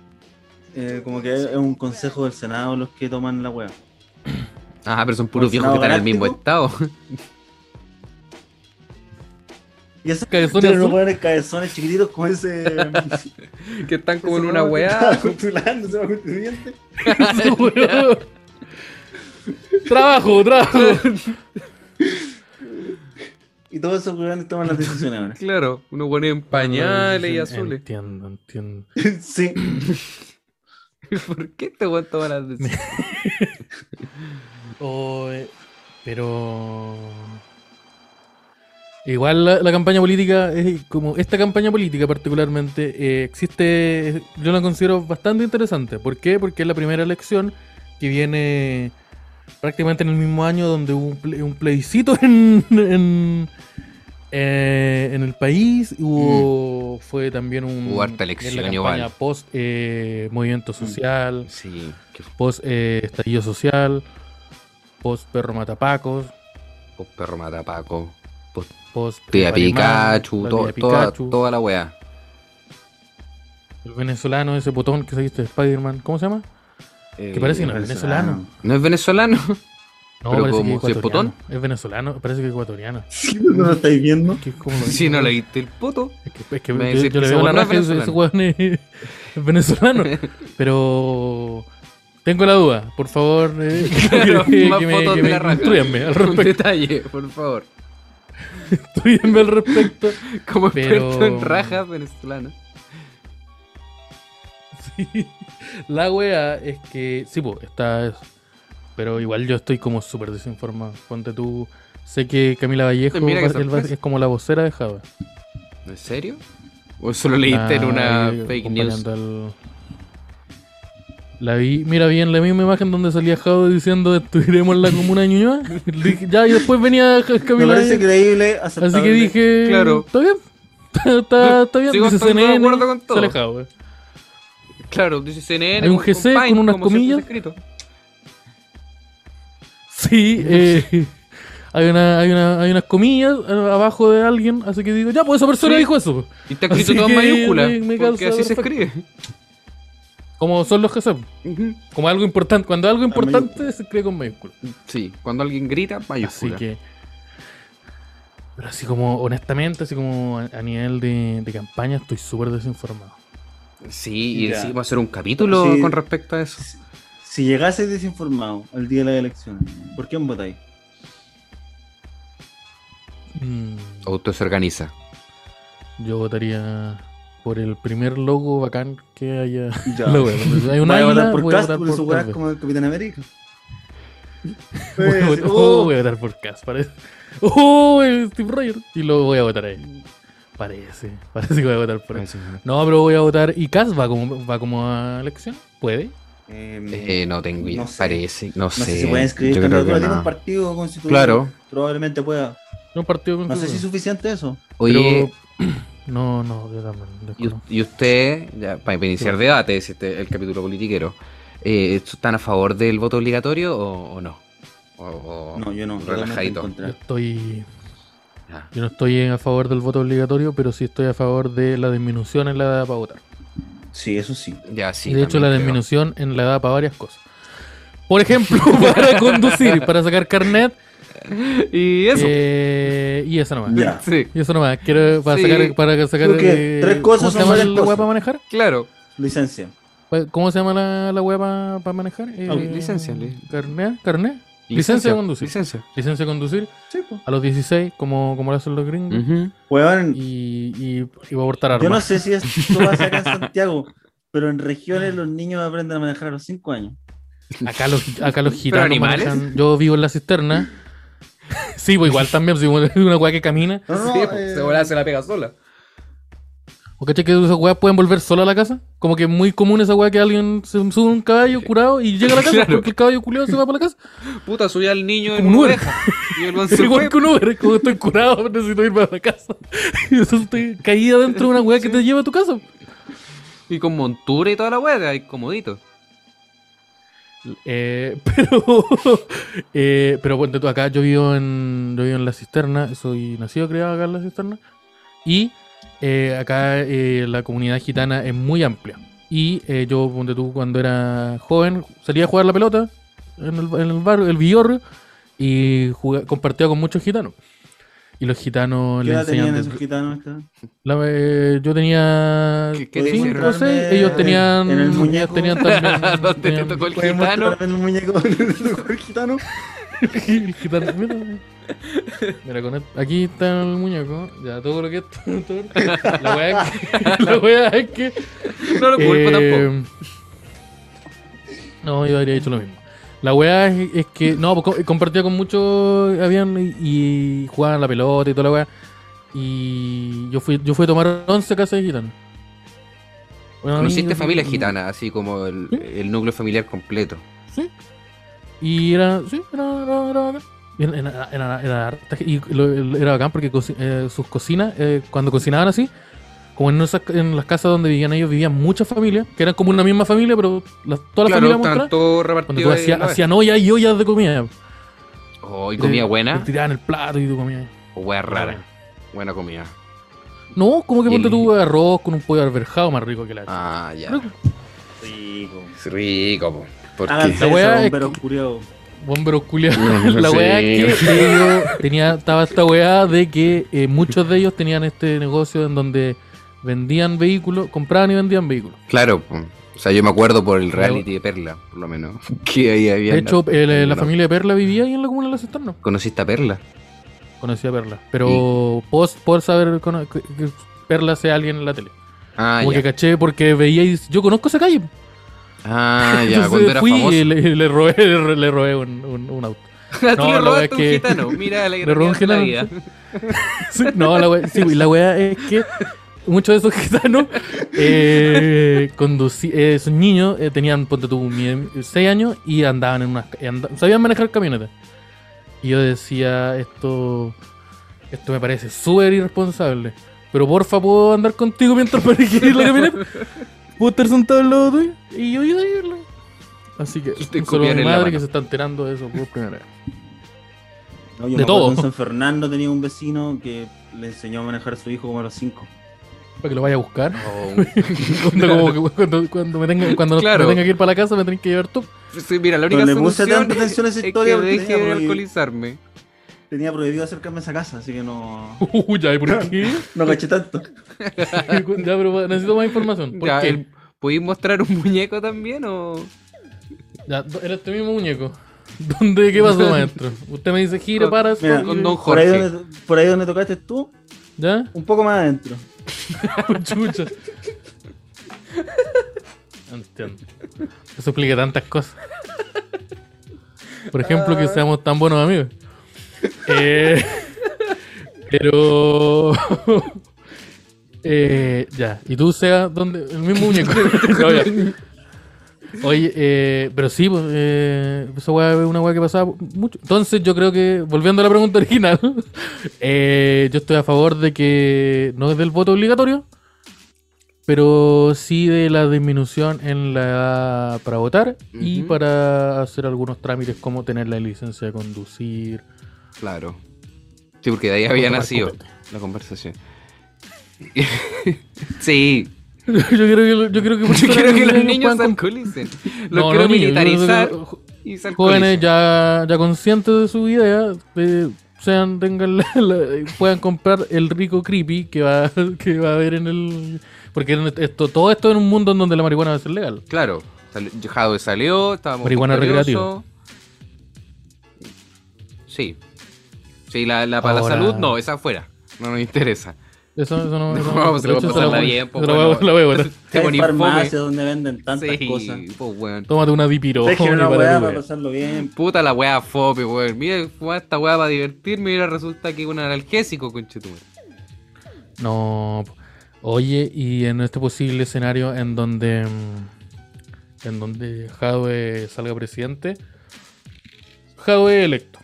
[SPEAKER 3] eh, como que es un consejo del Senado los que toman la weá.
[SPEAKER 2] Ah, pero son puros
[SPEAKER 3] ¿Con
[SPEAKER 2] viejos que
[SPEAKER 3] Senado
[SPEAKER 2] están en el
[SPEAKER 1] <laughs>
[SPEAKER 2] mismo estado.
[SPEAKER 3] Y esos
[SPEAKER 1] Cabezón
[SPEAKER 3] esos
[SPEAKER 1] azul.
[SPEAKER 3] weones cabezones chiquititos como ese.
[SPEAKER 2] que están como en
[SPEAKER 3] ese
[SPEAKER 2] una
[SPEAKER 3] weón que
[SPEAKER 2] weá.
[SPEAKER 3] estaba postulándose para constituyente.
[SPEAKER 1] Ese weón. trabajo, trabajo.
[SPEAKER 3] Y todos esos weones toman las
[SPEAKER 2] <laughs>
[SPEAKER 3] decisiones ahora.
[SPEAKER 2] Claro, unos buenos en pañales y azules.
[SPEAKER 1] Entiendo, entiendo.
[SPEAKER 3] sí.
[SPEAKER 2] <laughs> ¿Por qué te weón toma
[SPEAKER 1] <laughs>
[SPEAKER 2] las decisiones?
[SPEAKER 1] O, eh, pero. Igual la, la campaña política, es como esta campaña política particularmente, eh, existe, yo la considero bastante interesante. ¿Por qué? Porque es la primera elección que viene prácticamente en el mismo año donde hubo un, ple- un plebiscito <laughs> en, en, eh, en el país. Hubo, Fue también un,
[SPEAKER 2] Mm. Hubo harta
[SPEAKER 1] bien
[SPEAKER 2] elección
[SPEAKER 1] la
[SPEAKER 2] igual. Mm.
[SPEAKER 1] campaña post eh, movimiento social
[SPEAKER 2] Sí, qué f-
[SPEAKER 1] post eh, estallido social, post perro matapacos,
[SPEAKER 2] oh, perro mata Paco.
[SPEAKER 1] post
[SPEAKER 2] Tía
[SPEAKER 1] Alemán,
[SPEAKER 2] Pikachu,
[SPEAKER 1] la
[SPEAKER 2] to-
[SPEAKER 1] tía
[SPEAKER 2] toda,
[SPEAKER 1] Pikachu,
[SPEAKER 2] toda la weá.
[SPEAKER 1] el venezolano ese botón que saliste de Spider-Man, ¿cómo se llama?
[SPEAKER 2] Eh,
[SPEAKER 1] Que parece que no es venezolano.
[SPEAKER 2] ¿No es venezolano? <laughs>
[SPEAKER 1] No,
[SPEAKER 2] Pero
[SPEAKER 1] parece que
[SPEAKER 2] como
[SPEAKER 1] es
[SPEAKER 2] si es
[SPEAKER 1] ecuatoriano.
[SPEAKER 2] botón.
[SPEAKER 1] Es venezolano, parece que es ecuatoriano.
[SPEAKER 3] Sí, ¿No lo estáis viendo?
[SPEAKER 1] Que es como
[SPEAKER 2] <laughs>
[SPEAKER 1] lo-
[SPEAKER 2] Si no le diste el poto.
[SPEAKER 1] Es que, es que
[SPEAKER 2] Me
[SPEAKER 1] yo,
[SPEAKER 2] decís
[SPEAKER 1] yo
[SPEAKER 2] que
[SPEAKER 1] le
[SPEAKER 2] ese
[SPEAKER 1] veo la
[SPEAKER 2] weón no es
[SPEAKER 1] raja ese ese weón es, <laughs> es
[SPEAKER 2] <laughs>
[SPEAKER 1] venezolano. Pero tengo la duda, por favor, eh,
[SPEAKER 2] <laughs>
[SPEAKER 1] <laughs>
[SPEAKER 2] Claro,
[SPEAKER 1] que,
[SPEAKER 2] más
[SPEAKER 1] que me,
[SPEAKER 2] fotos
[SPEAKER 1] que
[SPEAKER 2] de
[SPEAKER 1] me
[SPEAKER 2] la raja.
[SPEAKER 1] instruyanme
[SPEAKER 2] <laughs>
[SPEAKER 1] al
[SPEAKER 2] Un
[SPEAKER 1] respecto.
[SPEAKER 2] detalle, por favor.
[SPEAKER 1] instruyanme al respecto.
[SPEAKER 2] Como
[SPEAKER 1] Pero-
[SPEAKER 2] experto en rajas venezolanas.
[SPEAKER 1] La wea es que. Sí, pues, está. eso. Pero igual yo estoy como súper desinformado. Ponte tú. Sé que Camila Vallejo
[SPEAKER 2] Pues mira qué
[SPEAKER 1] va- él va-
[SPEAKER 2] sorpresa.
[SPEAKER 1] es como la vocera de Java.
[SPEAKER 2] ¿En serio? ¿O solo leíste en una
[SPEAKER 1] Ahí,
[SPEAKER 2] fake news?
[SPEAKER 1] acompañando al- La vi, mira bien la misma imagen donde salía Jado diciendo estuvimos en la comuna de
[SPEAKER 2] <laughs>
[SPEAKER 1] Ñuñoa. Dije, ya, y después venía Ja-
[SPEAKER 3] Me
[SPEAKER 1] Camila.
[SPEAKER 3] parece
[SPEAKER 1] Vallejo.
[SPEAKER 3] creíble,
[SPEAKER 1] Así
[SPEAKER 3] aceptable.
[SPEAKER 1] que dije,
[SPEAKER 2] Claro.
[SPEAKER 1] está bien. <laughs> Está, está bien,
[SPEAKER 2] Sigo
[SPEAKER 1] dice
[SPEAKER 2] estando de
[SPEAKER 1] CNN.
[SPEAKER 2] acuerdo con todo.
[SPEAKER 1] Sale Jado.
[SPEAKER 2] Claro, dice CNN.
[SPEAKER 1] Hay un GC con unas
[SPEAKER 2] como siempre
[SPEAKER 1] comillas.
[SPEAKER 2] está escrito.
[SPEAKER 1] Sí, eh, hay, una, hay, una, hay unas comillas eh, abajo de alguien, así que digo, ya, pues esa persona
[SPEAKER 2] Sí.
[SPEAKER 1] dijo eso.
[SPEAKER 2] Y está escrito
[SPEAKER 1] Así
[SPEAKER 2] todo en
[SPEAKER 1] que
[SPEAKER 2] mayúsculas.
[SPEAKER 1] me- me
[SPEAKER 2] Porque
[SPEAKER 1] calza
[SPEAKER 2] así se
[SPEAKER 1] perfecto.
[SPEAKER 2] escribe. <laughs>
[SPEAKER 1] Como son los que son,
[SPEAKER 2] Ujú.
[SPEAKER 1] como algo importante. Cuando algo importante
[SPEAKER 3] mayúscula.
[SPEAKER 1] se escribe con mayúsculas.
[SPEAKER 2] Sí, cuando alguien grita,
[SPEAKER 1] Así
[SPEAKER 2] mayúscula.
[SPEAKER 1] que. Pero así como, honestamente, así como a, a nivel de, de campaña, estoy súper desinformado.
[SPEAKER 2] Sí, y
[SPEAKER 3] Ya.
[SPEAKER 2] decidimos hacer un capítulo
[SPEAKER 3] Sí.
[SPEAKER 2] con respecto a eso.
[SPEAKER 3] Si llegaseis desinformado al día de las elecciones, ¿por quién votáis?
[SPEAKER 1] Mm,
[SPEAKER 2] Auto se organiza.
[SPEAKER 1] yo votaría por el primer logo bacán que haya. <laughs>
[SPEAKER 3] Ya.
[SPEAKER 1] Lo veo. Entonces, Hay un
[SPEAKER 3] ¿Vais a
[SPEAKER 1] águila,
[SPEAKER 3] votar por
[SPEAKER 1] voy a
[SPEAKER 3] Cast
[SPEAKER 1] votar
[SPEAKER 3] por su
[SPEAKER 1] por
[SPEAKER 3] weá
[SPEAKER 1] Casper.
[SPEAKER 3] como el Capitán América?
[SPEAKER 1] <laughs>
[SPEAKER 3] Pues,
[SPEAKER 1] Voy a votar-
[SPEAKER 2] Uh.
[SPEAKER 1] oh, voy a votar por Cass, parece. Oh, el Steve Rogers. Y luego voy a votar a él. Parece, parece que voy a votar por él. No, pero voy a votar. ¿Y Cass va como, va como a elección? ¿Puede?
[SPEAKER 2] Eh, no tengo idea.
[SPEAKER 3] No sé.
[SPEAKER 2] Parece, no,
[SPEAKER 3] No
[SPEAKER 2] sé.
[SPEAKER 3] sé si pueden escribir
[SPEAKER 2] Yo creo que
[SPEAKER 3] candidatura, tiene
[SPEAKER 2] no.
[SPEAKER 3] un partido constituido.
[SPEAKER 2] Claro.
[SPEAKER 3] Probablemente pueda.
[SPEAKER 1] No partido con
[SPEAKER 3] No sé si es suficiente eso.
[SPEAKER 2] Oye,
[SPEAKER 1] <clears throat> No, no, yo también.
[SPEAKER 2] y,
[SPEAKER 1] desconozco.
[SPEAKER 2] u- y usted, ya, para para iniciar debate, es este, el capítulo politiquero, eh, ¿están a favor del voto obligatorio o, o no? O- o-
[SPEAKER 3] No, yo no. totalmente
[SPEAKER 2] Oh,
[SPEAKER 3] en
[SPEAKER 2] Relajadito.
[SPEAKER 1] Yo
[SPEAKER 3] contra.
[SPEAKER 1] estoy.
[SPEAKER 2] Ah,
[SPEAKER 1] Yo no estoy a favor del voto obligatorio, pero sí estoy a favor de la disminución en la edad para votar.
[SPEAKER 3] Sí, eso sí.
[SPEAKER 2] Ya, sí.
[SPEAKER 1] Y de hecho, la
[SPEAKER 2] también creo.
[SPEAKER 1] disminución en la edad para varias cosas. Por ejemplo, <laughs> para conducir, para sacar carnet.
[SPEAKER 2] <laughs> Y eso.
[SPEAKER 1] eh, y esa nomás.
[SPEAKER 3] Ya.
[SPEAKER 2] Sí,
[SPEAKER 1] Y eso nomás, quiero para
[SPEAKER 2] Sí.
[SPEAKER 1] sacar, para sacar
[SPEAKER 3] Creo que tres cosas
[SPEAKER 1] ¿Cómo se
[SPEAKER 3] son
[SPEAKER 1] llama
[SPEAKER 3] varias
[SPEAKER 1] la weá
[SPEAKER 3] cosas.
[SPEAKER 1] para manejar?
[SPEAKER 2] claro.
[SPEAKER 3] Licencia.
[SPEAKER 1] Pa- ¿Cómo se llama la, la weá para manejar? Eh,
[SPEAKER 3] Ah,
[SPEAKER 2] licencia, li-
[SPEAKER 1] Carnet, carnet. Licencia de conducir.
[SPEAKER 2] Licencia.
[SPEAKER 1] Licencia de conducir
[SPEAKER 3] Sí, pues.
[SPEAKER 1] a los 16, como, como lo hacen los gringos.
[SPEAKER 2] Ujú.
[SPEAKER 3] Weón,
[SPEAKER 1] Y, y, y va a abortar
[SPEAKER 3] yo no
[SPEAKER 1] armas.
[SPEAKER 3] sé si esto pasa acá
[SPEAKER 1] <laughs>
[SPEAKER 3] en Santiago, pero en regiones los niños aprenden a manejar a los 5 años.
[SPEAKER 1] Acá los, acá los gitanos
[SPEAKER 2] animales?
[SPEAKER 1] manejan. Yo vivo en la
[SPEAKER 2] <laughs>
[SPEAKER 1] cisterna. Sí, pues igual también, si una weá que camina.
[SPEAKER 3] No, no,
[SPEAKER 2] Sí,
[SPEAKER 3] eh,
[SPEAKER 2] <laughs> pues, se volá, se la pega sola.
[SPEAKER 1] ¿O caché que esas weas pueden volver sola a la casa? Como que es muy común esa wea que alguien se sube un
[SPEAKER 2] <laughs>
[SPEAKER 1] caballo curado y llega a la casa
[SPEAKER 2] Claro.
[SPEAKER 1] porque el caballo culiado se va para la casa.
[SPEAKER 2] Puta, subí al niño en
[SPEAKER 1] Como un
[SPEAKER 2] una
[SPEAKER 1] Uber.
[SPEAKER 2] oreja.
[SPEAKER 1] <laughs>
[SPEAKER 2] Y el
[SPEAKER 1] Es
[SPEAKER 2] Gonzalo
[SPEAKER 1] igual que un Uber, es como estoy curado, <laughs> necesito irme a la casa. <laughs> Y eso estoy caída dentro de una weá que te lleva a tu casa.
[SPEAKER 2] Y con montura y toda la hueá, y comodito.
[SPEAKER 1] Eh, <laughs> pero, eh, pero ponte tú acá, yo vivo en, yo vivo en la cisterna, soy nacido criado acá en la cisterna. Y eh, acá eh, la comunidad gitana es muy amplia. Y eh, yo, ponte tú, cuando era joven, salía a jugar la pelota en el, en el barrio, el villorrio, y jugaba- compartía con muchos gitanos. Y los gitanos
[SPEAKER 3] ¿Qué
[SPEAKER 1] le
[SPEAKER 3] edad tenían
[SPEAKER 1] enseñan
[SPEAKER 3] esos gitanos acá?
[SPEAKER 1] La- eh, yo tenía
[SPEAKER 2] ¿Qué- qué
[SPEAKER 3] Podía
[SPEAKER 2] te
[SPEAKER 1] cinco
[SPEAKER 2] hicieron?
[SPEAKER 1] o seis, ellos
[SPEAKER 3] encontrarme
[SPEAKER 1] tenían,
[SPEAKER 3] en el
[SPEAKER 1] ellos
[SPEAKER 3] muñeco.
[SPEAKER 1] tenían
[SPEAKER 2] <laughs>
[SPEAKER 1] también,
[SPEAKER 3] <laughs>
[SPEAKER 2] ¿Dónde te
[SPEAKER 1] tenían-
[SPEAKER 2] tocó el
[SPEAKER 3] ¿Pueden
[SPEAKER 2] gitano?
[SPEAKER 3] mostrarme el muñeco <laughs> del gitano?
[SPEAKER 1] el gitano, mira, Mira, con el- aquí está el muñeco, ya todo lo que es <laughs> todo- la wea es que, la wea es que
[SPEAKER 2] No lo culpo tampoco.
[SPEAKER 1] eh, No, yo habría dicho lo mismo. La weá es, es que. No, pues, co- compartía con muchos. Habían. Y, y jugaban la pelota y toda la weá. Y yo fui, yo fui a tomar 11 casas de gitanos. Bueno, a mí-
[SPEAKER 2] Conociste
[SPEAKER 1] yo-
[SPEAKER 2] familias gitanas, así como el,
[SPEAKER 1] ¿Sí?
[SPEAKER 2] el núcleo familiar completo.
[SPEAKER 1] Sí. Y era. Sí, era, era, era bacán. Era- era- era- era harta ge- y lo- era bacán porque coci- eh, sus cocinas, eh, cuando cocinaban así, como en, esas- en las casas donde vivían ellos, vivían muchas familias, que eran como una misma familia, pero las- todas las
[SPEAKER 2] claro,
[SPEAKER 1] familias
[SPEAKER 2] estaban
[SPEAKER 1] mostradas.
[SPEAKER 2] todos
[SPEAKER 1] Cuando tú
[SPEAKER 2] repartidos. ahí
[SPEAKER 1] hacía-
[SPEAKER 2] en la vez.
[SPEAKER 1] hacían ollas y ollas de comida.
[SPEAKER 2] Oh, y comida buena
[SPEAKER 1] Te tiraban el plato y tú comías.
[SPEAKER 2] o hueá rara. Buena comida.
[SPEAKER 1] No, como que
[SPEAKER 2] Y el-
[SPEAKER 1] ponte tú arroz con un pollo alberjado más rico que la chucha.
[SPEAKER 2] Ah, ya.
[SPEAKER 1] Rico.
[SPEAKER 3] Rico.
[SPEAKER 2] Es rico, po. Porque
[SPEAKER 1] La
[SPEAKER 3] Háganse
[SPEAKER 1] weá es
[SPEAKER 3] eso, pero
[SPEAKER 1] que-
[SPEAKER 3] curioso.
[SPEAKER 1] Bomberos culiados.
[SPEAKER 2] Mm,
[SPEAKER 1] la
[SPEAKER 2] <laughs> sí.
[SPEAKER 1] weá
[SPEAKER 2] <laughs>
[SPEAKER 1] es que ellos tenía, estaba esta weá de que eh, muchos de ellos tenían este negocio en donde vendían vehículos, compraban y vendían vehículos.
[SPEAKER 2] Claro, po. o sea, yo me acuerdo por el reality de Perla, por lo menos. <laughs> Que ahí había.
[SPEAKER 1] De hecho, el- eh, la,
[SPEAKER 2] no.
[SPEAKER 1] familia de Perla vivía ahí en la comuna de la cisterna.
[SPEAKER 2] ¿Conociste a Perla?
[SPEAKER 1] Conocía a Perla. Pero post por saber cono- que- que Perla sea alguien en la tele.
[SPEAKER 2] Ah,
[SPEAKER 1] como
[SPEAKER 2] ya.
[SPEAKER 1] que caché porque veía y yo conozco esa calle.
[SPEAKER 2] Ah, ya,
[SPEAKER 1] Entonces
[SPEAKER 2] cuando era
[SPEAKER 1] fui
[SPEAKER 2] famoso. <laughs>
[SPEAKER 1] y le, le robé, le, le robé un, un- un auto.
[SPEAKER 2] Tú le
[SPEAKER 1] la wea
[SPEAKER 2] robaste
[SPEAKER 1] es
[SPEAKER 2] un
[SPEAKER 1] que-
[SPEAKER 2] gitano. Mira
[SPEAKER 1] <laughs>
[SPEAKER 2] la
[SPEAKER 1] Le robé un
[SPEAKER 2] ironía de la vida.
[SPEAKER 1] gitano, Sí, no, la wea, sí, güey, la wea es que muchos de <laughs> esos gitanos eh, conducí- eh, esos niños eh, tenían, ponte tú, 6 años y andaban en unas. ca- anda- sabían manejar camionetas. Y yo decía, esto. Esto me parece súper irresponsable. Pero porfa, ¿puedo andar contigo mientras <laughs> manejes la camioneta? ¿Puedo estar sentado al lado tuyo? Y yo iba a irle. Así que,
[SPEAKER 2] Y te
[SPEAKER 1] un saludo a
[SPEAKER 2] copiar
[SPEAKER 1] mi
[SPEAKER 2] en la
[SPEAKER 1] madre
[SPEAKER 2] mano.
[SPEAKER 1] que se está enterando de eso
[SPEAKER 2] <laughs>
[SPEAKER 1] por primera vez.
[SPEAKER 3] No, yo
[SPEAKER 1] De
[SPEAKER 3] me acuerdo
[SPEAKER 1] todo.
[SPEAKER 3] En San Fernando tenía un vecino que le enseñó a manejar a su hijo como a los cinco.
[SPEAKER 1] Para que lo vaya a buscar. <laughs>
[SPEAKER 2] Oh, <laughs>
[SPEAKER 1] Cuando, como que- cuando, cuando me tenga, cuando no-
[SPEAKER 2] Claro.
[SPEAKER 1] me tenga que ir para la casa, me tenés que llevar tú.
[SPEAKER 2] Sí, mira, la única
[SPEAKER 3] No le puse
[SPEAKER 2] solución
[SPEAKER 3] tanta atención a esa
[SPEAKER 2] es
[SPEAKER 3] historia
[SPEAKER 2] que
[SPEAKER 3] porque
[SPEAKER 2] deje
[SPEAKER 3] tenía
[SPEAKER 2] de
[SPEAKER 3] prohibido.
[SPEAKER 2] alcoholizarme.
[SPEAKER 3] Tenía prohibido acercarme a esa casa, así que no,
[SPEAKER 1] <laughs> Uy, ya, ¿y por qué?
[SPEAKER 3] no caché tanto.
[SPEAKER 1] <laughs> ya, pero necesito más información. ¿Por
[SPEAKER 2] Ya,
[SPEAKER 1] qué?
[SPEAKER 2] el- ¿Podéis mostrar un muñeco también o...?
[SPEAKER 1] Ya, do- era este mismo muñeco. <laughs> ¿Dónde? ¿Qué <laughs> pasó, maestro? Usted me dice, gira,
[SPEAKER 2] Con-
[SPEAKER 1] para, stop,
[SPEAKER 2] con
[SPEAKER 1] y-
[SPEAKER 2] don
[SPEAKER 3] Por ahí,
[SPEAKER 2] Jorge.
[SPEAKER 3] donde, por ahí donde tocaste tú,
[SPEAKER 1] <laughs> ¿Ya?
[SPEAKER 3] un poco más adentro.
[SPEAKER 1] Chucha. No <laughs> Entiendo. Eso explica tantas cosas. Por ejemplo, que seamos tan buenos amigos. Eh, <laughs> pero. <laughs> Eh, ya. ¿Y tú seas donde, el mismo muñeco? No, ya. Oye, eh, pero sí, pues, eh, esa weá es una weá que pasaba mucho. Entonces, yo creo que, volviendo a la pregunta original, <laughs> eh, yo estoy a favor de que no es del voto obligatorio, pero sí de la disminución en la edad para votar y
[SPEAKER 2] Ujú.
[SPEAKER 1] para hacer algunos trámites como tener la licencia de conducir.
[SPEAKER 2] Claro. Sí, porque de ahí había
[SPEAKER 1] Con tomar
[SPEAKER 2] nacido
[SPEAKER 1] copete. <laughs>
[SPEAKER 2] la conversación. sí.
[SPEAKER 1] <laughs> yo creo que, yo creo que, por
[SPEAKER 2] <laughs>
[SPEAKER 1] eso
[SPEAKER 2] Yo quiero que los
[SPEAKER 1] puedan
[SPEAKER 2] niños se
[SPEAKER 1] comp-
[SPEAKER 2] alcoholicen. Los
[SPEAKER 1] No,
[SPEAKER 2] quiero
[SPEAKER 1] no, niños, yo creo que
[SPEAKER 2] militarizar
[SPEAKER 1] los jo-
[SPEAKER 2] y se
[SPEAKER 1] jóvenes
[SPEAKER 2] alcoholicen.
[SPEAKER 1] ya, ya conscientes de su idea, eh, sean, tengan la- la- puedan comprar el rico creepy que va, <laughs> que va a haber en el. Porque en esto, todo esto en un mundo en donde la marihuana va a ser legal.
[SPEAKER 2] Claro. sal- Jadwe salió, estábamos
[SPEAKER 1] Marihuana
[SPEAKER 2] victoriosos. Sí. Sí, la, la para
[SPEAKER 1] Ahora-
[SPEAKER 2] la salud, no, esa afuera. No nos interesa.
[SPEAKER 1] Eso, eso no,
[SPEAKER 2] <laughs> No,
[SPEAKER 1] eso
[SPEAKER 2] vamos, se
[SPEAKER 1] de
[SPEAKER 2] va a
[SPEAKER 1] hecho, eso
[SPEAKER 2] pasarla
[SPEAKER 1] lo-
[SPEAKER 2] bien, po,
[SPEAKER 1] eso lo voy a-
[SPEAKER 2] pues,
[SPEAKER 1] <laughs>
[SPEAKER 2] bueno.
[SPEAKER 1] lo voy a botar.
[SPEAKER 2] Te
[SPEAKER 3] Hay
[SPEAKER 2] poní fome.
[SPEAKER 3] farmacias donde venden tantas
[SPEAKER 2] Sí,
[SPEAKER 3] cosas.
[SPEAKER 2] pues, weón.
[SPEAKER 1] Tómate una dipiro.
[SPEAKER 3] Es que
[SPEAKER 1] hombre,
[SPEAKER 3] una
[SPEAKER 1] para
[SPEAKER 3] weá
[SPEAKER 1] tu
[SPEAKER 3] para
[SPEAKER 1] wea.
[SPEAKER 3] pasarlo bien.
[SPEAKER 2] Puta la weá fome, weón. Mira, fumaba esta weá para divertirme y ahora resulta que es un analgésico, conchetumare.
[SPEAKER 1] No. po. Oye, y en este posible escenario en donde. mm, En donde Jadwe salga presidente. Jadwe electo.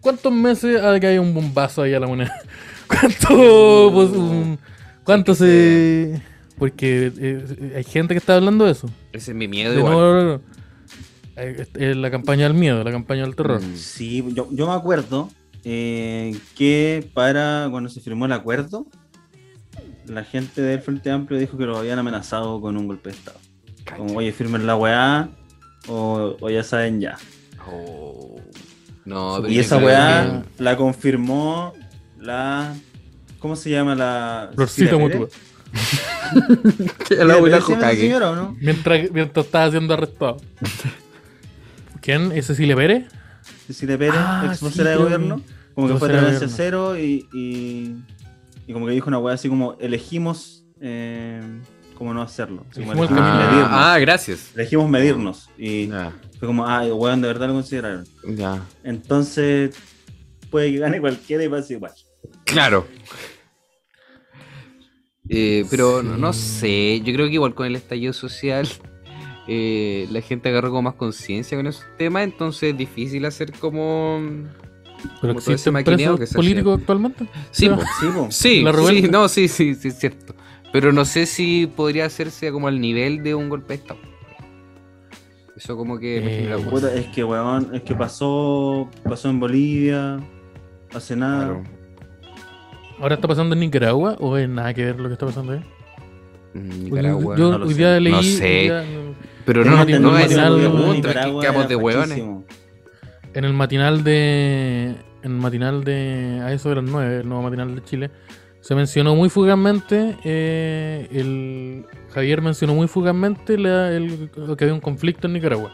[SPEAKER 1] ¿Cuántos meses ha de que haya un bombazo ahí a la moneda? <laughs> ¿Cuánto.
[SPEAKER 2] Uh,
[SPEAKER 1] pues, un- ¿Cuánto se.? Porque eh, hay gente que está hablando de eso.
[SPEAKER 2] Ese es mi
[SPEAKER 1] De
[SPEAKER 2] miedo,
[SPEAKER 1] nuevo,
[SPEAKER 2] igual.
[SPEAKER 1] no, no, no. Eh, eh, La campaña del miedo, la campaña del terror.
[SPEAKER 2] Mm.
[SPEAKER 3] Sí, yo, yo me acuerdo eh, que para cuando se firmó el acuerdo, la gente del Frente Amplio dijo que lo habían amenazado con un golpe de Estado. Como, oye, firmen la weá, o, o ya saben ya.
[SPEAKER 2] Oh. No, pero
[SPEAKER 3] y
[SPEAKER 2] yo
[SPEAKER 3] esa
[SPEAKER 2] creo
[SPEAKER 3] weá
[SPEAKER 2] que-
[SPEAKER 3] la confirmó la. ¿Cómo se llama la.
[SPEAKER 1] Florcita
[SPEAKER 3] Cecilia Pérez?
[SPEAKER 1] mutua.
[SPEAKER 2] Que la abuela
[SPEAKER 3] ¿Cecilia Pérez se llama esa
[SPEAKER 2] Hokage.
[SPEAKER 3] señora, ¿o no?
[SPEAKER 1] Mientras, mientras estaba siendo arrestado. ¿Quién? ¿Es Cecilia Pérez?
[SPEAKER 3] Cecilia Pérez,
[SPEAKER 1] Ah,
[SPEAKER 3] ex
[SPEAKER 1] sí,
[SPEAKER 3] vocera de
[SPEAKER 1] creo
[SPEAKER 3] gobierno,
[SPEAKER 1] que-
[SPEAKER 3] como que fue
[SPEAKER 1] vocera de
[SPEAKER 3] tolerancia cero y, y, y como que dijo una weá así como elegimos eh, como no hacerlo. así como
[SPEAKER 1] Elegimos el
[SPEAKER 3] elegimos
[SPEAKER 1] camino.
[SPEAKER 3] medirnos.
[SPEAKER 2] Ah, ah, gracias.
[SPEAKER 3] Elegimos medirnos. Y
[SPEAKER 2] Ya,
[SPEAKER 3] fue como, ah, weón, de verdad lo consideraron.
[SPEAKER 2] ya.
[SPEAKER 3] Entonces, puede que gane cualquiera y pase igual.
[SPEAKER 2] Claro. <laughs> Eh, pero no, no
[SPEAKER 1] Sí.
[SPEAKER 2] sé, yo creo que igual con el estallido social <laughs> eh, la gente agarró como más conciencia con esos temas, entonces es difícil hacer como...
[SPEAKER 1] ¿Pero
[SPEAKER 2] Como todo ese
[SPEAKER 1] existen
[SPEAKER 2] maquineo
[SPEAKER 1] presos
[SPEAKER 2] que se
[SPEAKER 1] políticos actualmente?
[SPEAKER 2] Sí,
[SPEAKER 1] Ya.
[SPEAKER 2] po.
[SPEAKER 3] Sí, po.
[SPEAKER 2] sí,
[SPEAKER 1] La
[SPEAKER 2] sí,
[SPEAKER 1] revuelta.
[SPEAKER 2] no, sí, sí, sí, es cierto. Pero no sé si podría hacerse como al nivel de un golpe de Estado. Eso como que... me
[SPEAKER 1] Eh,
[SPEAKER 2] genera como-
[SPEAKER 3] Puta, es que weón, es que pasó, pasó en Bolivia, hace nada.
[SPEAKER 2] Claro.
[SPEAKER 1] ¿Ahora está pasando en Nicaragua o es nada que ver lo que está pasando ahí?
[SPEAKER 2] Mm,
[SPEAKER 1] Porque
[SPEAKER 2] Nicaragua.
[SPEAKER 1] pues, Yo
[SPEAKER 3] no lo
[SPEAKER 1] hoy
[SPEAKER 3] sé.
[SPEAKER 1] día leí.
[SPEAKER 2] No
[SPEAKER 1] hoy
[SPEAKER 2] sé.
[SPEAKER 1] día, Tengo
[SPEAKER 2] Pero no, no,
[SPEAKER 1] entendido
[SPEAKER 2] no
[SPEAKER 1] que
[SPEAKER 2] es
[SPEAKER 1] el gobierno de
[SPEAKER 2] otra, que quedamos de hueones.
[SPEAKER 3] hueones.
[SPEAKER 1] en el matinal de. En el matinal de. A eso de las 9, el nuevo matinal de Chile. Se mencionó muy fugazmente. eh, el, Javier mencionó muy fugazmente la- el- que había un conflicto en Nicaragua.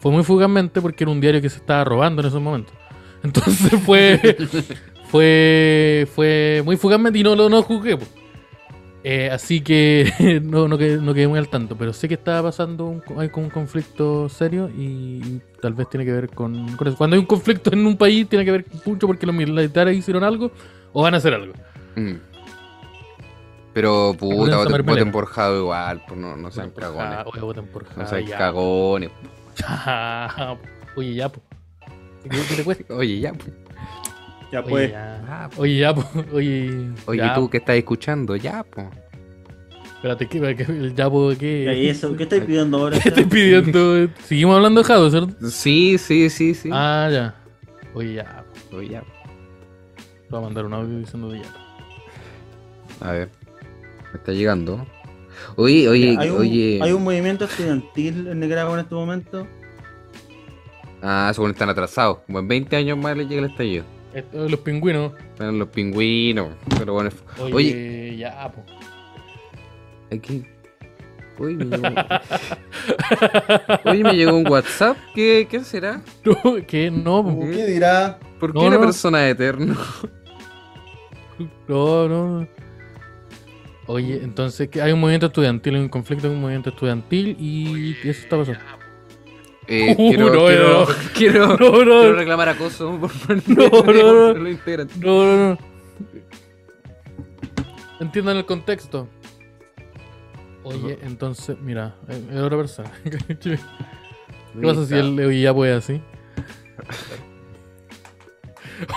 [SPEAKER 1] Fue muy fugazmente porque era un diario que se estaba robando en esos momentos. <laughs> Entonces fue. fue. Fue muy fugazmente y no lo no juzgué. po. Eh, así que <laughs> no, no, quedé, no quedé muy al tanto, pero sé que está pasando un, hay como un conflicto serio y tal vez tiene que ver con, con eso. Cuando hay un conflicto en un país, tiene que ver mucho porque los militares hicieron algo o van a hacer algo.
[SPEAKER 2] <laughs> Mm. Pero
[SPEAKER 1] Voten
[SPEAKER 2] puta,
[SPEAKER 1] a
[SPEAKER 2] voten,
[SPEAKER 1] tomar
[SPEAKER 2] voten
[SPEAKER 1] melena.
[SPEAKER 2] por Jado igual, pues, no, no
[SPEAKER 1] Voten
[SPEAKER 2] sean
[SPEAKER 1] por
[SPEAKER 2] cagones.
[SPEAKER 1] Ja- oye, voten por Ja,
[SPEAKER 2] No sean
[SPEAKER 1] ah, ya.
[SPEAKER 2] cagones.
[SPEAKER 1] Ja, <laughs> Oye, ya, po. ¿Qué, qué te cuesta?
[SPEAKER 2] Oye, ya. pues.
[SPEAKER 3] Ya
[SPEAKER 1] Oye,
[SPEAKER 3] pues.
[SPEAKER 1] ya.
[SPEAKER 2] Ah, pues.
[SPEAKER 1] Oye, ya, po. Oye,
[SPEAKER 2] Oye,
[SPEAKER 1] ya,
[SPEAKER 2] tú que estás escuchando, ya, pues.
[SPEAKER 1] Espérate, ¿qué, qué- el ya, po, ¿qué?
[SPEAKER 3] Ya, ¿y eso? ¿Qué estáis
[SPEAKER 2] <laughs>
[SPEAKER 3] pidiendo ahora?
[SPEAKER 1] ¿Qué estoy pidiendo? Seguimos hablando de Jado, ¿cierto?
[SPEAKER 2] Sí, sí, sí, sí.
[SPEAKER 1] Ah, ya. Oye, ya.
[SPEAKER 2] Oye, ya. pues.
[SPEAKER 1] Te voy a mandar un audio diciendo de ya.
[SPEAKER 2] A ver. Me está llegando. Oye, oye,
[SPEAKER 3] <laughs> hay, un,
[SPEAKER 2] oye.
[SPEAKER 3] hay un movimiento estudiantil en Nicaragua en este momento.
[SPEAKER 2] Ah, según están atrasados. Como en 20 años más les llega el estallido.
[SPEAKER 1] Esto de Eh, los pingüinos.
[SPEAKER 2] Están los pingüinos. Pero bueno.
[SPEAKER 1] Oye,
[SPEAKER 2] Oye,
[SPEAKER 1] ya, po. <laughs>
[SPEAKER 2] aquí. Uy, me llegó... Oye, me llegó un WhatsApp. ¿Qué, qué será?
[SPEAKER 1] No, ¿Qué? No, po.
[SPEAKER 2] ¿Qué
[SPEAKER 3] dirá?
[SPEAKER 2] ¿Por qué
[SPEAKER 1] No,
[SPEAKER 2] una
[SPEAKER 1] no.
[SPEAKER 2] persona eterna?
[SPEAKER 1] No, no. Oye, entonces que hay un movimiento estudiantil, hay un conflicto en un movimiento estudiantil y eso está pasando.
[SPEAKER 2] Eh,
[SPEAKER 1] <laughs> Uh,
[SPEAKER 2] quiero,
[SPEAKER 1] no,
[SPEAKER 2] quiero,
[SPEAKER 1] no. <laughs>
[SPEAKER 2] quiero,
[SPEAKER 1] No, no.
[SPEAKER 2] quiero reclamar acoso <laughs> por parte
[SPEAKER 1] No, no,
[SPEAKER 2] de
[SPEAKER 1] no.
[SPEAKER 2] los integrantes.
[SPEAKER 1] No, no, no. Entiendan el contexto. Oye, entonces, mira, eh, es otra persona. <laughs> ¿Qué
[SPEAKER 2] Ahí
[SPEAKER 1] pasa si
[SPEAKER 2] está.
[SPEAKER 1] él hoy ya puede así? <laughs>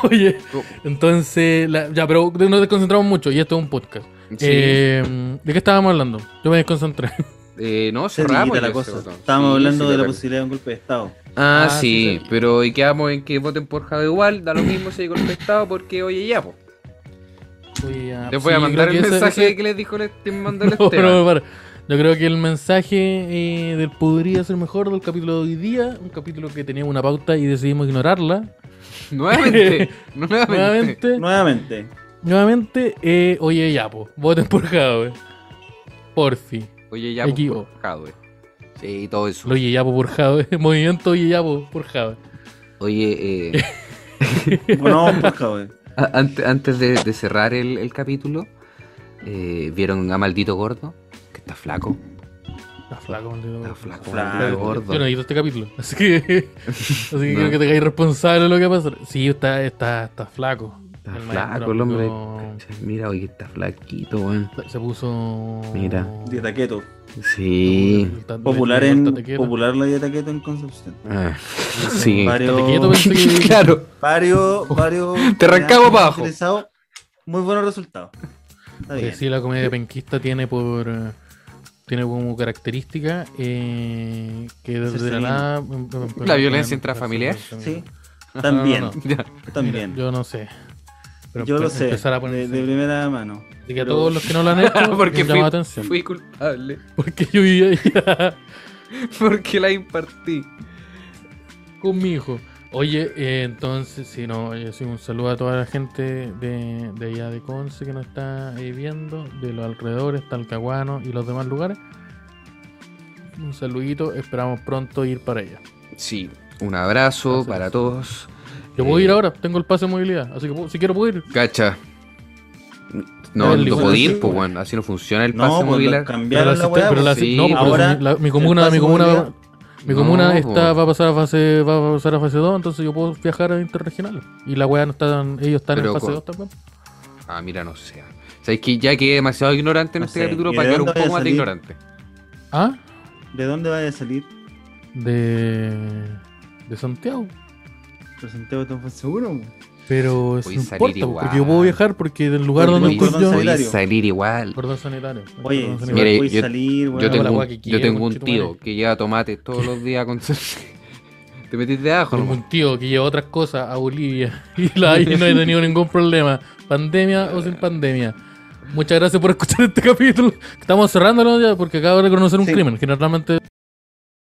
[SPEAKER 1] Oye,
[SPEAKER 2] Oh,
[SPEAKER 1] entonces, la- ya, pero nos desconcentramos mucho y esto es un podcast.
[SPEAKER 2] sí.
[SPEAKER 1] Eh, ¿De qué estábamos hablando? Yo me desconcentré.
[SPEAKER 2] Eh, no,
[SPEAKER 3] Se
[SPEAKER 2] cerramos
[SPEAKER 3] limita
[SPEAKER 2] ya
[SPEAKER 3] la
[SPEAKER 2] ese
[SPEAKER 3] cosa.
[SPEAKER 2] botón.
[SPEAKER 3] Estábamos
[SPEAKER 2] Sí,
[SPEAKER 3] hablando
[SPEAKER 2] sí,
[SPEAKER 3] de la
[SPEAKER 2] claro.
[SPEAKER 3] posibilidad de un golpe de Estado.
[SPEAKER 2] Ah,
[SPEAKER 1] Ah,
[SPEAKER 2] sí,
[SPEAKER 1] sí, sí.
[SPEAKER 2] pero y quedamos en que voten por Jade igual, da lo mismo si hay golpe de estado porque oye ya, po.
[SPEAKER 1] Voy a-
[SPEAKER 2] Les voy a
[SPEAKER 1] Ah, sí,
[SPEAKER 2] mandar
[SPEAKER 1] creo
[SPEAKER 2] el
[SPEAKER 1] que ese-
[SPEAKER 2] mensaje
[SPEAKER 1] ese-
[SPEAKER 2] que les dijo les te mandó el
[SPEAKER 1] <laughs> No,
[SPEAKER 2] Esteban.
[SPEAKER 1] no, para. Yo creo que el mensaje eh, del podría ser mejor del capítulo de hoy día, un capítulo que teníamos una pauta y decidimos
[SPEAKER 2] <laughs>
[SPEAKER 1] ignorarla.
[SPEAKER 2] <laughs> Nuevamente, nuevamente.
[SPEAKER 1] <laughs> Nuevamente,
[SPEAKER 3] Nuevamente. <laughs>
[SPEAKER 1] nuevamente, eh, oye Yapo, voten por Jadwe. Porfi,
[SPEAKER 2] Oye ya,
[SPEAKER 1] Equivo.
[SPEAKER 2] po, por Jade. Sí, todo eso.
[SPEAKER 1] lo oye Yapo por Jadwe, <laughs> movimiento oye Yapo por Jadwe.
[SPEAKER 2] Oye,
[SPEAKER 1] <laughs>
[SPEAKER 2] eh,
[SPEAKER 3] Bueno, vamos por favor.
[SPEAKER 2] a- ante- antes de, de cerrar el, el capítulo, eh, ¿vieron a Maldito Gordo? Que está flaco.
[SPEAKER 1] Está flaco, maldito.
[SPEAKER 2] Está flaco,
[SPEAKER 3] Flaco.
[SPEAKER 2] maldito gordo.
[SPEAKER 1] Oh, Yo no he visto este capítulo, <laughs> así que, así que
[SPEAKER 2] No.
[SPEAKER 1] creo que te caes responsable de lo que va a pasar. Sí, está, está, está flaco.
[SPEAKER 2] Está
[SPEAKER 1] El
[SPEAKER 2] flaco
[SPEAKER 1] maestro
[SPEAKER 2] el hombre.
[SPEAKER 1] Amigo
[SPEAKER 2] Mira, oye, está flaquito, weón.
[SPEAKER 1] Se puso.
[SPEAKER 2] Mira.
[SPEAKER 3] Dieta keto.
[SPEAKER 2] Sí.
[SPEAKER 1] El tat-
[SPEAKER 3] Popular,
[SPEAKER 1] el
[SPEAKER 3] en,
[SPEAKER 1] tate quieto.
[SPEAKER 3] popular la dieta keto en Concepción.
[SPEAKER 2] Ah, sí.
[SPEAKER 3] Varios,
[SPEAKER 1] Tate quieto, pensé
[SPEAKER 2] <laughs>
[SPEAKER 1] que-
[SPEAKER 2] claro.
[SPEAKER 3] varios, varios.
[SPEAKER 2] <laughs> Te arrancamos para abajo.
[SPEAKER 3] interesados. Muy buenos resultados. Está
[SPEAKER 1] que
[SPEAKER 3] bien.
[SPEAKER 1] sí, la comedia penquista tiene por. eh, Tiene como característica eh, que desde
[SPEAKER 3] Ser
[SPEAKER 1] la
[SPEAKER 3] sanguíneo.
[SPEAKER 1] nada. em- em- em-
[SPEAKER 2] La violencia
[SPEAKER 1] em-
[SPEAKER 2] intrafamiliar.
[SPEAKER 1] em- em-
[SPEAKER 3] Sí,
[SPEAKER 1] <laughs> No,
[SPEAKER 3] también,
[SPEAKER 1] no, no.
[SPEAKER 2] Ya.
[SPEAKER 3] también.
[SPEAKER 1] Yo no sé. Pero
[SPEAKER 3] Yo
[SPEAKER 1] empe-
[SPEAKER 3] lo sé,
[SPEAKER 1] Empezar a
[SPEAKER 3] de,
[SPEAKER 1] poner.
[SPEAKER 3] de primera mano.
[SPEAKER 1] Así que a
[SPEAKER 3] pero-
[SPEAKER 1] todos los que no lo han
[SPEAKER 3] <laughs>
[SPEAKER 1] hecho,
[SPEAKER 2] Porque
[SPEAKER 1] les llama
[SPEAKER 2] fui-
[SPEAKER 1] la atención.
[SPEAKER 2] Fui culpable.
[SPEAKER 1] Porque yo vivía allá
[SPEAKER 2] <laughs> Porque la impartí.
[SPEAKER 1] con mi hijo. Oye, eh, entonces, si no, oye, sí, un saludo a toda la gente de, de allá de Conce que nos está eh, viendo, de los alrededores, Talcahuano y los demás lugares. Un saludito, esperamos pronto ir para allá.
[SPEAKER 2] Sí. Un abrazo
[SPEAKER 1] Gracias.
[SPEAKER 2] para todos.
[SPEAKER 1] Yo puedo
[SPEAKER 2] Eh,
[SPEAKER 1] ir ahora, tengo el pase de movilidad, así que puedo- si quiero puedo ir.
[SPEAKER 2] Cacha. No,
[SPEAKER 1] El
[SPEAKER 2] no
[SPEAKER 1] licor
[SPEAKER 2] puedo
[SPEAKER 3] así,
[SPEAKER 2] ir, pues
[SPEAKER 3] güey.
[SPEAKER 2] bueno, así no funciona el
[SPEAKER 3] No,
[SPEAKER 2] pase
[SPEAKER 3] pues
[SPEAKER 2] modular.
[SPEAKER 3] lo cambiaron la
[SPEAKER 1] asisten-
[SPEAKER 3] weá.
[SPEAKER 1] pero
[SPEAKER 3] pues.
[SPEAKER 1] la
[SPEAKER 2] sí,
[SPEAKER 1] asisten- no, pero
[SPEAKER 3] ahora
[SPEAKER 1] mi, la- mi
[SPEAKER 3] el
[SPEAKER 1] comuna,
[SPEAKER 3] pase
[SPEAKER 1] mi
[SPEAKER 3] de
[SPEAKER 1] comuna,
[SPEAKER 3] movilidad.
[SPEAKER 1] mi comuna
[SPEAKER 2] No, pues.
[SPEAKER 1] está,
[SPEAKER 2] po.
[SPEAKER 1] va a pasar a fase, va a pasar a fase 2, entonces yo puedo viajar a interregional. Y la weá no está, tan- ellos están
[SPEAKER 2] Pero
[SPEAKER 1] en fase
[SPEAKER 2] con-
[SPEAKER 1] 2 también.
[SPEAKER 2] Ah, mira, no sé. O sea, es que ya quedé demasiado ignorante en
[SPEAKER 3] No
[SPEAKER 2] este
[SPEAKER 3] sé,
[SPEAKER 2] capítulo
[SPEAKER 3] ¿y
[SPEAKER 2] para
[SPEAKER 3] de
[SPEAKER 2] quedar un
[SPEAKER 3] dónde voy a
[SPEAKER 2] poco más de
[SPEAKER 3] salir?
[SPEAKER 2] ignorante.
[SPEAKER 1] ¿Ah?
[SPEAKER 3] ¿De dónde vaya a salir?
[SPEAKER 1] De, de Santiago.
[SPEAKER 3] Presenté botón seguro. pues.
[SPEAKER 1] Pero eso
[SPEAKER 2] Voy
[SPEAKER 1] no
[SPEAKER 2] a salir
[SPEAKER 1] importa,
[SPEAKER 2] igual.
[SPEAKER 1] porque yo puedo viajar porque del lugar
[SPEAKER 3] Porque
[SPEAKER 1] donde
[SPEAKER 3] voy-
[SPEAKER 1] estoy
[SPEAKER 3] cordón
[SPEAKER 1] yo...
[SPEAKER 2] Voy a
[SPEAKER 3] sanitario.
[SPEAKER 2] salir igual.
[SPEAKER 1] Cordón sanitario.
[SPEAKER 3] Oye,
[SPEAKER 1] cordón
[SPEAKER 3] si
[SPEAKER 1] sanitario.
[SPEAKER 2] Mire,
[SPEAKER 3] puedes
[SPEAKER 2] yo-
[SPEAKER 3] salir, weón.
[SPEAKER 2] Yo
[SPEAKER 1] la
[SPEAKER 2] tengo,
[SPEAKER 1] guagua
[SPEAKER 2] un,
[SPEAKER 1] que
[SPEAKER 2] yo
[SPEAKER 1] quiera,
[SPEAKER 2] tengo un
[SPEAKER 1] conchetumare.
[SPEAKER 2] tío que lleva tomates todos los días con salchicha. <laughs> Te metís de ajo,
[SPEAKER 1] Tengo
[SPEAKER 2] nomás.
[SPEAKER 1] un tío que lleva otras cosas a Bolivia <laughs> y, la, y no he tenido ningún problema. Pandemia o sin pandemia. Muchas gracias por escuchar este capítulo. Estamos cerrándolo ya porque acabo de reconocer un
[SPEAKER 3] Sí.
[SPEAKER 1] crimen. Generalmente